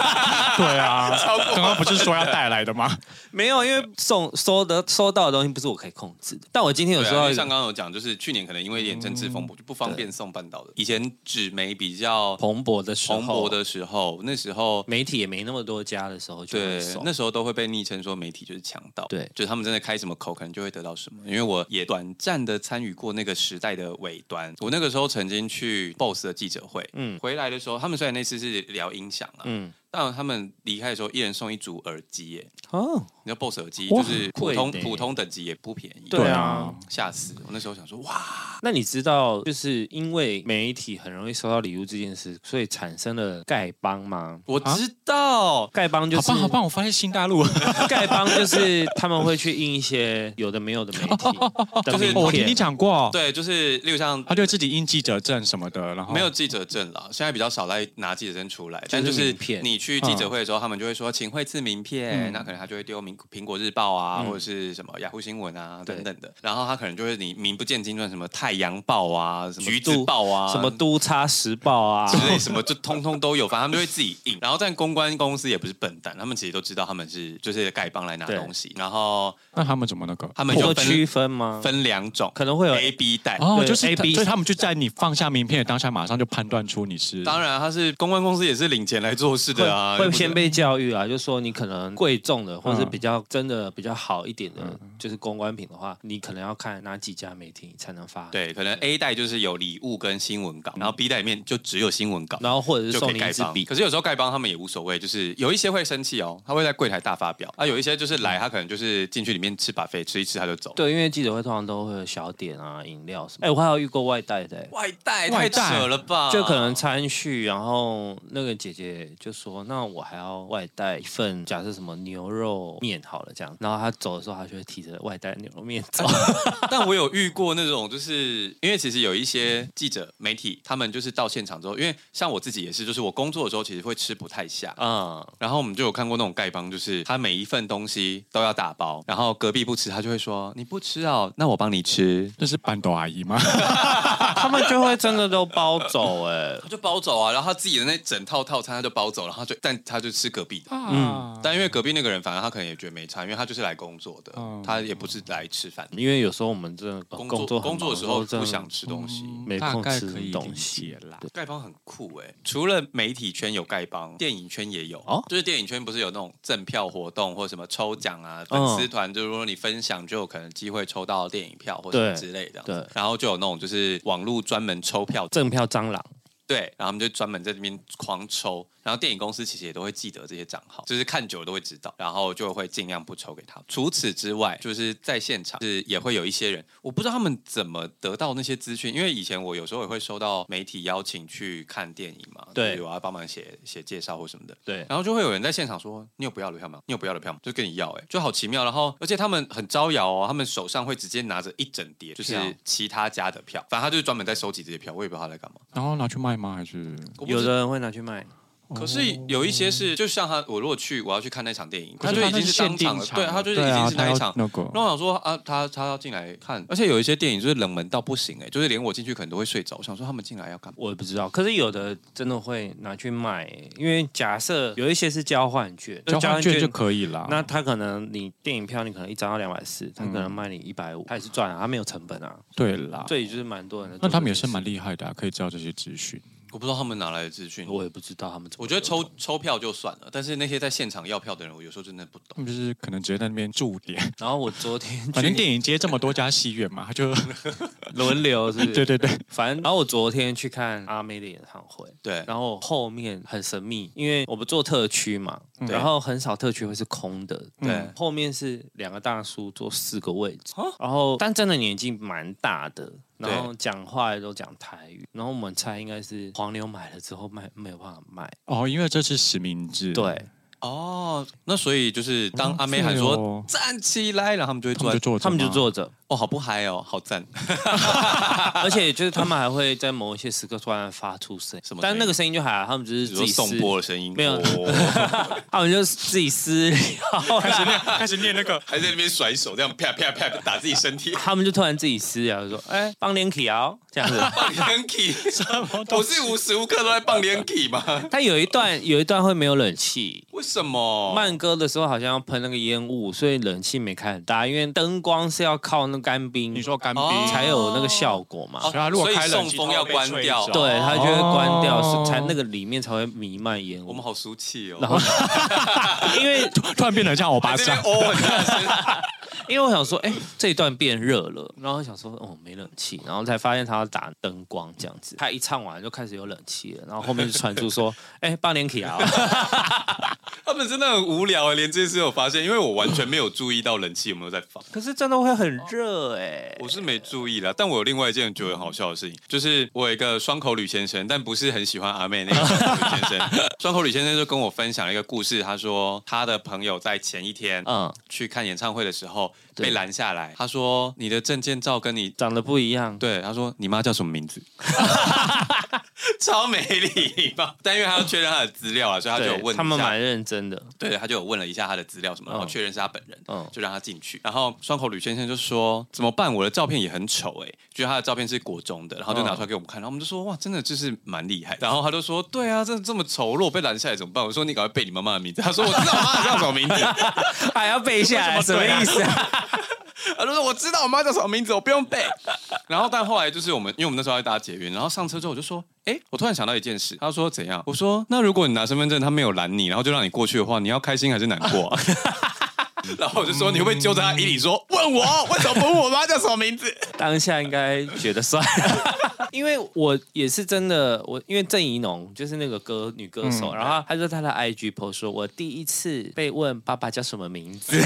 [laughs]
对啊，
[laughs]
刚刚不是说要带来的吗？
没有，因为送收的收到的东西不是我可以控制的。但我今天有
对啊
收
因
到
为
一
像
个
刚刚有讲，就是去年可能因为一点政治风波，就不方便送半岛的。嗯以前纸媒比较
蓬勃的时候，
蓬勃的时候，那时候
媒体也没那么多家的时候就会
对，
送，
那时候都会被昵称说媒体就是强盗，
对
就是他们真的开什么口，可能就会得到什么。因为我也短暂的参与过那个时代的尾端，我那个时候曾经去 BOSS 的记者
嗯
会，嗯，回来的时候，他们虽然那次是聊音响啊，
嗯，
但他们离开的时候，一人送一组耳机耶，
哦，
你知道 BOSS 耳机
哇
就是普
贵
通
的耶
普通等级也不便宜，
对啊，
吓死我！那时候想说，哇，
那你知道就是因为媒体很容易收到礼物这件事，所以产生了丐帮吗？
我知道，
丐帮就
好
是
棒好棒！我发现新大陆，
丐帮就是他们会去印一些有的没有的媒体的
就是
名
哦我听
片
你讲过，
对，就是例如
哦
像
他就自己印记者证什么的，然后
没有记者证了，现在比较少来拿记者证出来，但
就
就是是
名片嗯
你去记者会的时候，他们就会说请惠赐名片，那可能他就会丢苹苹果日报
嗯
啊，或者是什么雅虎新闻啊
对
等等的，然后他可能就会你名不见经传，什么太阳报啊，什么
橘
橘
子
子报啊，
什么都差时报啊，
之类什么就通通都有，反正他们就会自己印。然后但公关公司也不是笨蛋，他们其实都知道他们是就是丐帮来拿
对
东西，然后
那他们怎么那个？
他们
你说
就
区
分
分吗？
分两种，
可能会有
A B 袋。
哦，
对
就是
A B
所以他们就在你放下名片的当下，马上就判断出你是
嗯啊当然，他是公关公司也是领钱来做事的、
会
啊，啊，
会
又不是
先被教育啊，就说你可能贵重的，或者是
嗯
比较真的比较好一点的，就是公关品的话，你可能要看哪几家媒体才能发，，
对，可能 A 袋就是有礼物跟新闻稿，然后 B 袋里面就只有新闻稿。
然后或者是
就可
送
以
你一
丐
支
帮，
笔，
可是有时候丐帮他们也无所谓，就是有一些会生气哦，他会在柜台大发表啊，有一些就是来他可能就是进去里面吃把费吃一吃他就走。
对，因为记者会通常都会有小点啊、饮料什么。哎、我还有遇过外带的、欸
外带
外
太
带
扯了吧？
就可能餐叙，然后那个姐姐就说：“那我还要外带一份，假设什么牛肉面好了这样。”然后她走的时候，她就会提着外带牛肉面
[laughs]
走。
[laughs] 但我有遇过那种，就是因为其实有一些记者、媒体，他们就是到现场之后，因为像我自己也是，就是我工作的时候其实会吃不太下。
嗯，
然后我们就有看过那种丐帮，就是他每一份东西都要打包，然后隔壁不吃，他就会说你不吃哦，那我帮你吃，
那是半斗阿
[laughs]
姨吗？
他们就会真的都包走哎、
他就包走啊。然后他自己的那整套套餐他就包走，然后他就但他就吃隔壁的。
嗯，
但因为隔壁那个人，反正他可能也觉得没差，因为他就是来工作的，
哦
他也不是来吃饭的。
因为有时候我们真的
工
工
作
很
嗯工作的
忙
时候
真
不
的
想吃东西，
没
大
空
概
吃
可以
东
理
西
解啦。
丐帮很酷哎、除了媒体圈有丐帮，电影圈也有
哦
就是电影圈不是有那种赠票活动或什么抽奖啊，粉
嗯
丝团就是说你分享就有可能机会抽到电影票或什么
对
之类的。
对
然后就有那种就是网络专门抽票，
赠票蟑螂，
对，然后他们就专门在这边狂抽。然后电影公司其实也都会记得这些账号，就是看久了都会知道，然后就会尽量不抽给他们。除此之外，就是在现场是也会有一些人，我不知道他们怎么得到那些资讯，因为以前我有时候也会收到媒体邀请去看电影嘛，
对
就是我要帮忙写写介绍或什么的。
对，
然后就会有人在现场说：“你有不要的票吗？你有不要的票吗？”就跟你要、哎，就好奇妙。然后，而且他们很招摇哦，他们手上会直接拿着一整叠，就是
票
其他家的票。反正他就是专门在收集这些票，我也不知道他在干嘛。
然后拿去卖吗？还是
我不知
有的人会拿去卖，
可是有一些是，就像他，我如果去，我要去看那场电影，
可
哦
是
他就已
他那
经
是
当
限定
场了，
场
对，
啊
他就是
对
已经
啊
是，
他
那一
要
场。
那个
那我想说啊，他他要进来看，而且有一些电影就是冷门到不行哎、就是连我进去可能都会睡着。我想说他们进来要干嘛？
我也不知道。可是有的真的会拿去卖，欸因为假设有一些是交换券，
交换券就可以啊啦。
那他可能你电影票你可能一张要两百四，他可能
嗯
卖你一百五，他也是赚啊，他没有成本啊，
对啦，
所以就是蛮多人的。
那他们也是蛮，厉害的啊，可以知道这些资讯。
我不知道他们哪来的资讯。
我也不知道他们怎么。
我觉得抽，抽票就算了，但是那些在现场要票的人，我有时候真的不懂。
他们就是可能直接在那边驻点，
然后我昨天
反正电影街这么多家戏院
[laughs]
嘛，他就
轮流是不是，
[laughs] 对对对，
反正然后我昨天去看阿妹的演唱会。
对，
然后后面很神秘，因为我们做特区嘛，
嗯
然后很少特区会是空的。
对啊
嗯后面是两个大叔坐四个位置，然后但真的年纪蛮大的，然后讲话也都讲台语，然后我们猜应该是黄牛买了之后卖没有办法卖，
哦，因为这是实名
嗯
制，
对
哦，那所以就是当阿妹喊
对
说
哦
站起来，然后他们就会
他
坐
们就
在，
坐着
他们就
嘛，
坐
[laughs]
着，
哦，好不嗨哦，好赞。
而且就是他们还会在某一些时刻突然发出声
什
音
么，
但
声
那个
音
声音就还好，他们就是
你
自
说
己
送
私
波的声音
没有
[laughs] 哦
他们就是自己私
[laughs]
聊啦，
[laughs] 开始念那个，
还在那边甩手，这样啪啪啪打自己身 [laughs] 体。
他们就突然自己私聊说，哎、帮连起哦，这样子。
棒连 key，我是无时无刻都在棒连 key 吗？
他有一 [laughs] 段有一段会没有冷气。
为什么？
慢歌的时候好像要喷那个烟雾，所以冷气没开很大，因为灯光是要靠那干
[laughs]
冰，
你说干冰
哦
才有那个效果嘛。
哦
对啊，如果
所以
开冷
送
气
风要关掉
它会被吹走
对，它就会关掉，
哦
是才那个里面才会弥漫烟
我
雾
们。好俗气哦。
然后，因为
突然变得像我巴
还在那
掌
边，哦很大声，
因为我想说，哎、这一段变热了，然后想说，哦，没冷气，然后才发现他要打灯光这样子。他一唱完就开始有冷气了，然后后面就传出 [laughs] 说，哎、八年起啊，
他们真的很无聊啊，连这件事都有发现，因为我完全没有注意到冷气有没有在放。
[laughs] 可是真的会很热哎、
我是没注意啦，但我有另外一件觉得很好笑的事情，就是我有一个双口吕先生，但不是很喜欢阿妹那个双口吕先
[laughs]
生。双口吕先生就跟我分享了一个故事，他说他的朋友在前一天
嗯，
去看演唱会的时候
对
被拦下来，他说你的证件照跟你
长得不一样，
对，他说你妈叫什么名字？ [laughs] 超没礼 [laughs] 貌。但因为他要确认他的资料啊，所以他就有
对，
问
他
一
们
下
蛮认真的，
对，他就有问了一下他的资料什么，然后
嗯
确认是他本人，
嗯
就让他进去。然后双口吕先生就说：“怎么办？我的照片也很丑哎、觉得他的照片是国中的，然后就拿出来给我们看。然后我们就说：哇，真的就是蛮厉害。然后他就说：对啊，真的这么丑，如果被拦下来怎么办？我说你赶快背你妈妈的名字。他说我知道我妈妈叫什么名字。 [laughs]
还要背下来，什么意思啊？
他他就说我知道我妈叫什么名字，我不用背。然后但后来就是我们，因为我们那时候在搭捷运，然后上车之后我就说，哎，我突然想到一件事。他说怎样？我说那如果你拿身份证，他没有拦你，然后就让你过去的话，你要开心还是难过、 [laughs] 啊？然后我就说你会不会揪着他衣领说问我为什么不问我妈叫什么名字？
当下应该觉得帅， [laughs] 因为我也是真的，我因为郑怡农就是那个歌女歌
嗯
手，然后她就在她的 IG post 说，我第一次被问爸爸叫什么名字，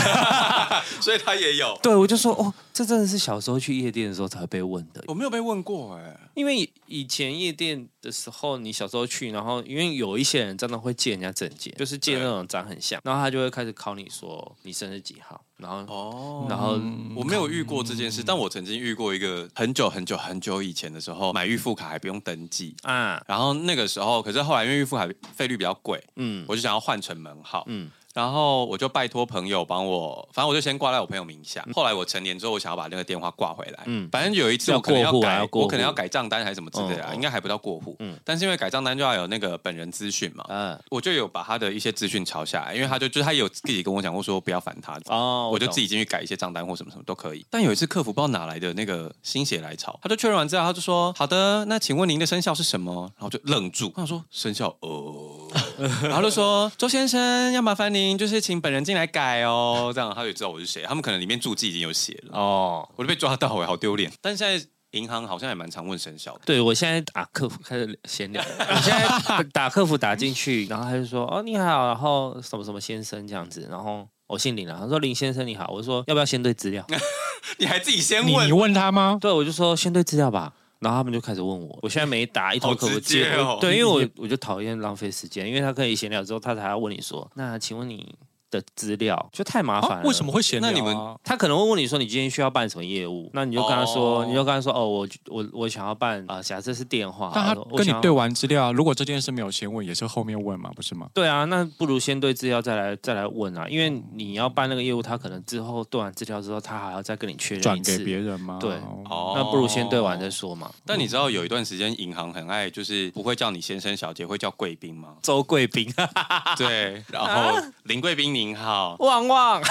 [laughs] 所以他也有，
对我就说哦，这真的是小时候去夜店的时候才会被问的，
我没有被问过哎、
因为以以前夜店的时候，你小时候去，然后因为有一些人真的会借人家证件，就是借那种长很像，然后他就会开始考你说你生日几号，然后、
哦，
然后嗯
我没有遇过这件事，但我曾经遇过一个很久很久很久以前的时候，买预付卡还不用登记。
啊
然后那个时候，可是后来因为预付卡费率比较贵，
嗯
我就想要换成门号，
嗯
然后我就拜托朋友帮我，反正我就先挂在我朋友名下。后来我成年之后，我想要把那个电话挂回来。
嗯
嗯，反正有一次我可能
要
要
过户啊
改
要，过户
我可能要改账单还是什么之类的啊，
嗯嗯
应该还不到过户。
嗯
嗯，但是因为改账单就要有那个本人资讯嘛，
呃
我就有把他的一些资讯抄下来，因为他就就是他有自己跟我讲过说不要烦他，
哦
我就自
己
己进去改一些账单或什么什么都可以。但有一次客服不知道哪来的那个心血来潮，他就确认完资料，他就说：“好的，那请问您的生肖是什么？”然后我就愣住，我想说生肖呃， [laughs] 然后就说周先生要麻烦您，就是请本人进来改哦，这样他就知道我是谁。他们可能里面注记已经有写了，
哦。
我就被抓到，我欸好丢脸。但现在银行好像也蛮常问生肖的。
对，我现在打客服开始闲
[laughs]
聊。我现在打客服打进去，然后他就说：“哦，你好，然后什么什么先生这样子。”然后我姓林了，他说：“林先生你好。”我说：“要不要先对资料
[laughs]
你还自己先
你
问
你，问他吗？”？
对，我就说：“先对资料吧。”然后他们就开始问我，我现在每打一头客服
好直接
接不
哦
对，因为
[laughs]
我我就讨厌浪费时间，因为他可以闲聊之后，他才要问你说：“那请问你的资料就太麻烦
啊
了。”
为什么？会闲聊啊？
那你们
他可能会问你说你今天需要办什么业务，那你就跟他说，
哦
你就跟他说哦，我我我想要办啊、呃假设是电话，
但他
啊我我
跟
想
你
要
对完资料，啊如果这件事没有先问，也是后面问嘛，不是吗？
对啊，那不如先对资料再来再来问啊，因为你要办那个业务，他可能之后对完资料之后，他还要再跟你确认
转
一
给
次
别人吗？
对
哦
那不如先对完再说嘛。？
但你知道有一段时间银行很爱就是不会叫你先生小姐，会叫贵宾吗
周贵宾，啊
对，然后林贵宾您好，
[laughs] 旺旺，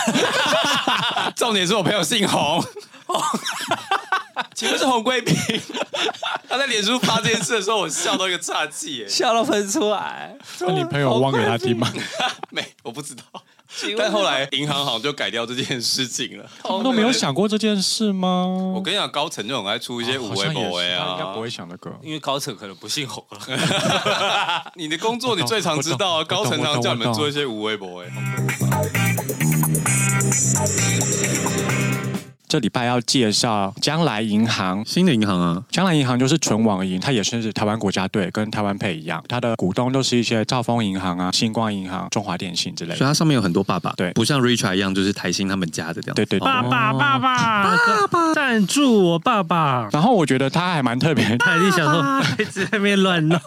重点是我朋友姓洪，请问是洪贵宾？ [laughs] 他在脸书发这件事的时候，我笑到一个岔气耶，
笑到喷出来。
那你朋友忘给他听吗？
[laughs] 没我不知道。
请问
但后来银行好像就改掉这件事情了。
他们都没有想过这件事吗？
我跟你讲，高层就很爱出一些
哦
五
好
维
像也
博
是
维
他
啊
应该不。会想那个。
因为高层可能不姓侯了，
你的工作你最常知道，啊
我懂我
高
懂
层常叫你
我懂
们做一些五维博维。哎
这礼拜要介绍将来银行。
新的银行啊，
将来银行就是纯网银，它也是台湾国家队，跟台湾配一样，它的股东都是一些兆丰银行啊、星光银行、中华电信之类的。
它上面有很多爸爸，
对
不像 Richard 一样就是台新他们家的这样
对对对。
爸爸爸爸爸，赞助我爸爸！
然后我觉得它还蛮特别，
凯莉想说，一直在那边乱弄，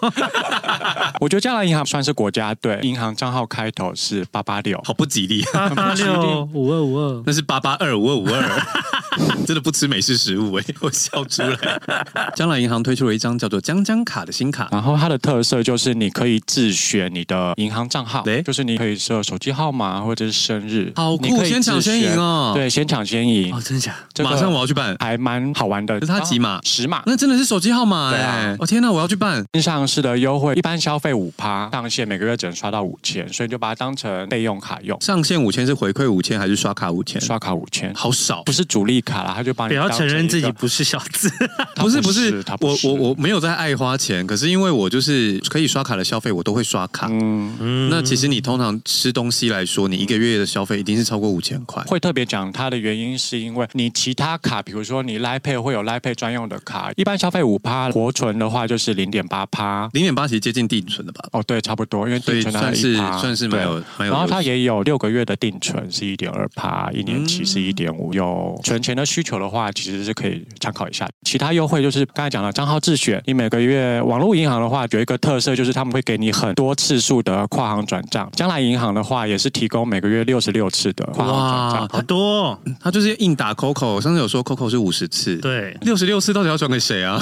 我觉得将来银行算是国家队，银行账号开头是八八六，
好不吉利，
[laughs]
啊
八八六五二五二。
那是八八二五二五二， [laughs] 真的不吃美式食物哎、 [laughs] 我笑出来。 [laughs] 将来银行推出了一张叫做“江江卡”的新卡，
然后它的特色就是你可以自选你的银行账号
对，
就是你可以设手机号码或者是生日，
好酷
你可以
先抢先赢
自
哦
选对，先抢先赢
哦，，真的假？
这个
马上我要去办。
还蛮好玩的。
可是它几码
然后十码。
那真的是手机号码
对
哎、
啊
我、天哪，我要去办。
线上市的优惠，一般消费五趴，上限每个月只能刷到五千，所以你就把它当成备用卡用，
上限五千是回馈五千还是刷卡五千？
刷卡五千，
好少
不。是主力卡啦，他就把你
不要
当
承认
成
自
一
己
个
不是小
[laughs]
资，
它
不是不
不
是
它，不
我
是
我我没有在爱花钱，可是因为我就是可以刷卡的消费，我都会刷卡。
嗯，
那其实你通常吃东西来说，你一个月的消费一定是超过五千块。
会特别讲它的原因，是因为你其他卡，比如说你 Line Pay 会有 Line Pay 专用的卡，一般消费五趴，活存的话就是零点八趴。
零点八其实接近定存的吧，
哦，对，差不多，因为
所以
定存它
算是
1%
算是蛮有
对
蛮有。
然后它也有六个月的定存是一点二趴，一年期是一点五。
嗯
有存钱的需求的话，其实是可以参考一下。其他优惠就是刚才讲的账号自选，你每个月网络银行的话有一个特色就是他们会给你很多次数的跨行转账，将来银行的话也是提供每个月六十六次的跨行转
哇 [laughs]
账。
好多哦。
他就是硬打 Coco，上次有说 Coco 是五十次，
对，
六十六次到底要转给谁 [laughs] 啊？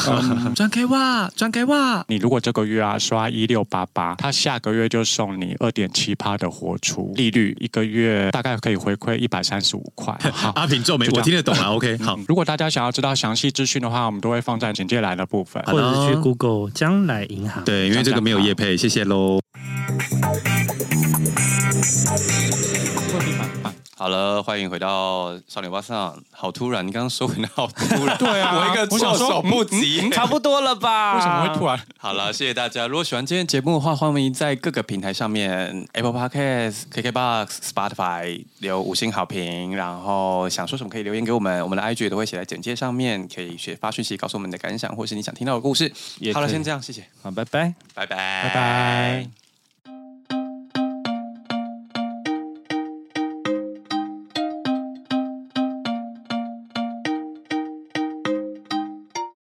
转给哇，转给哇！
你如果这个月啊刷一六八八，他下个月就送你二点七趴的活出利率，一个月大概可以回馈一百三十五块。好，
[laughs] 阿平皱眉，
就这
我
样
听得懂，啊
了。OK，好
[laughs]
嗯，如果大家想要知道详细资讯的话，我们都会放在简介栏的部分。
好
或
的
者是去 Google 将来银行。
对，因为这个没有业配，谢谢喽。
好了，欢迎回到少年巴上。好突然，你刚刚收尾的好突 [laughs] 然，
对啊
我一嗯个
我想
措
说
手不及。
差不多了吧？
为什么会突然？
好了，谢谢大家。如果喜欢今天节目的话，欢迎在各个平台上面，Apple Podcast、KKBox、Spotify 留五星好评。然后想说什么可以留言给我们，我们的 IG 也都会写在简介上面，可以写发讯息告诉我们你的感想，或是你想听到的故事
也。可以
好了，先这样，谢谢，
好，拜拜。
拜拜，拜
拜。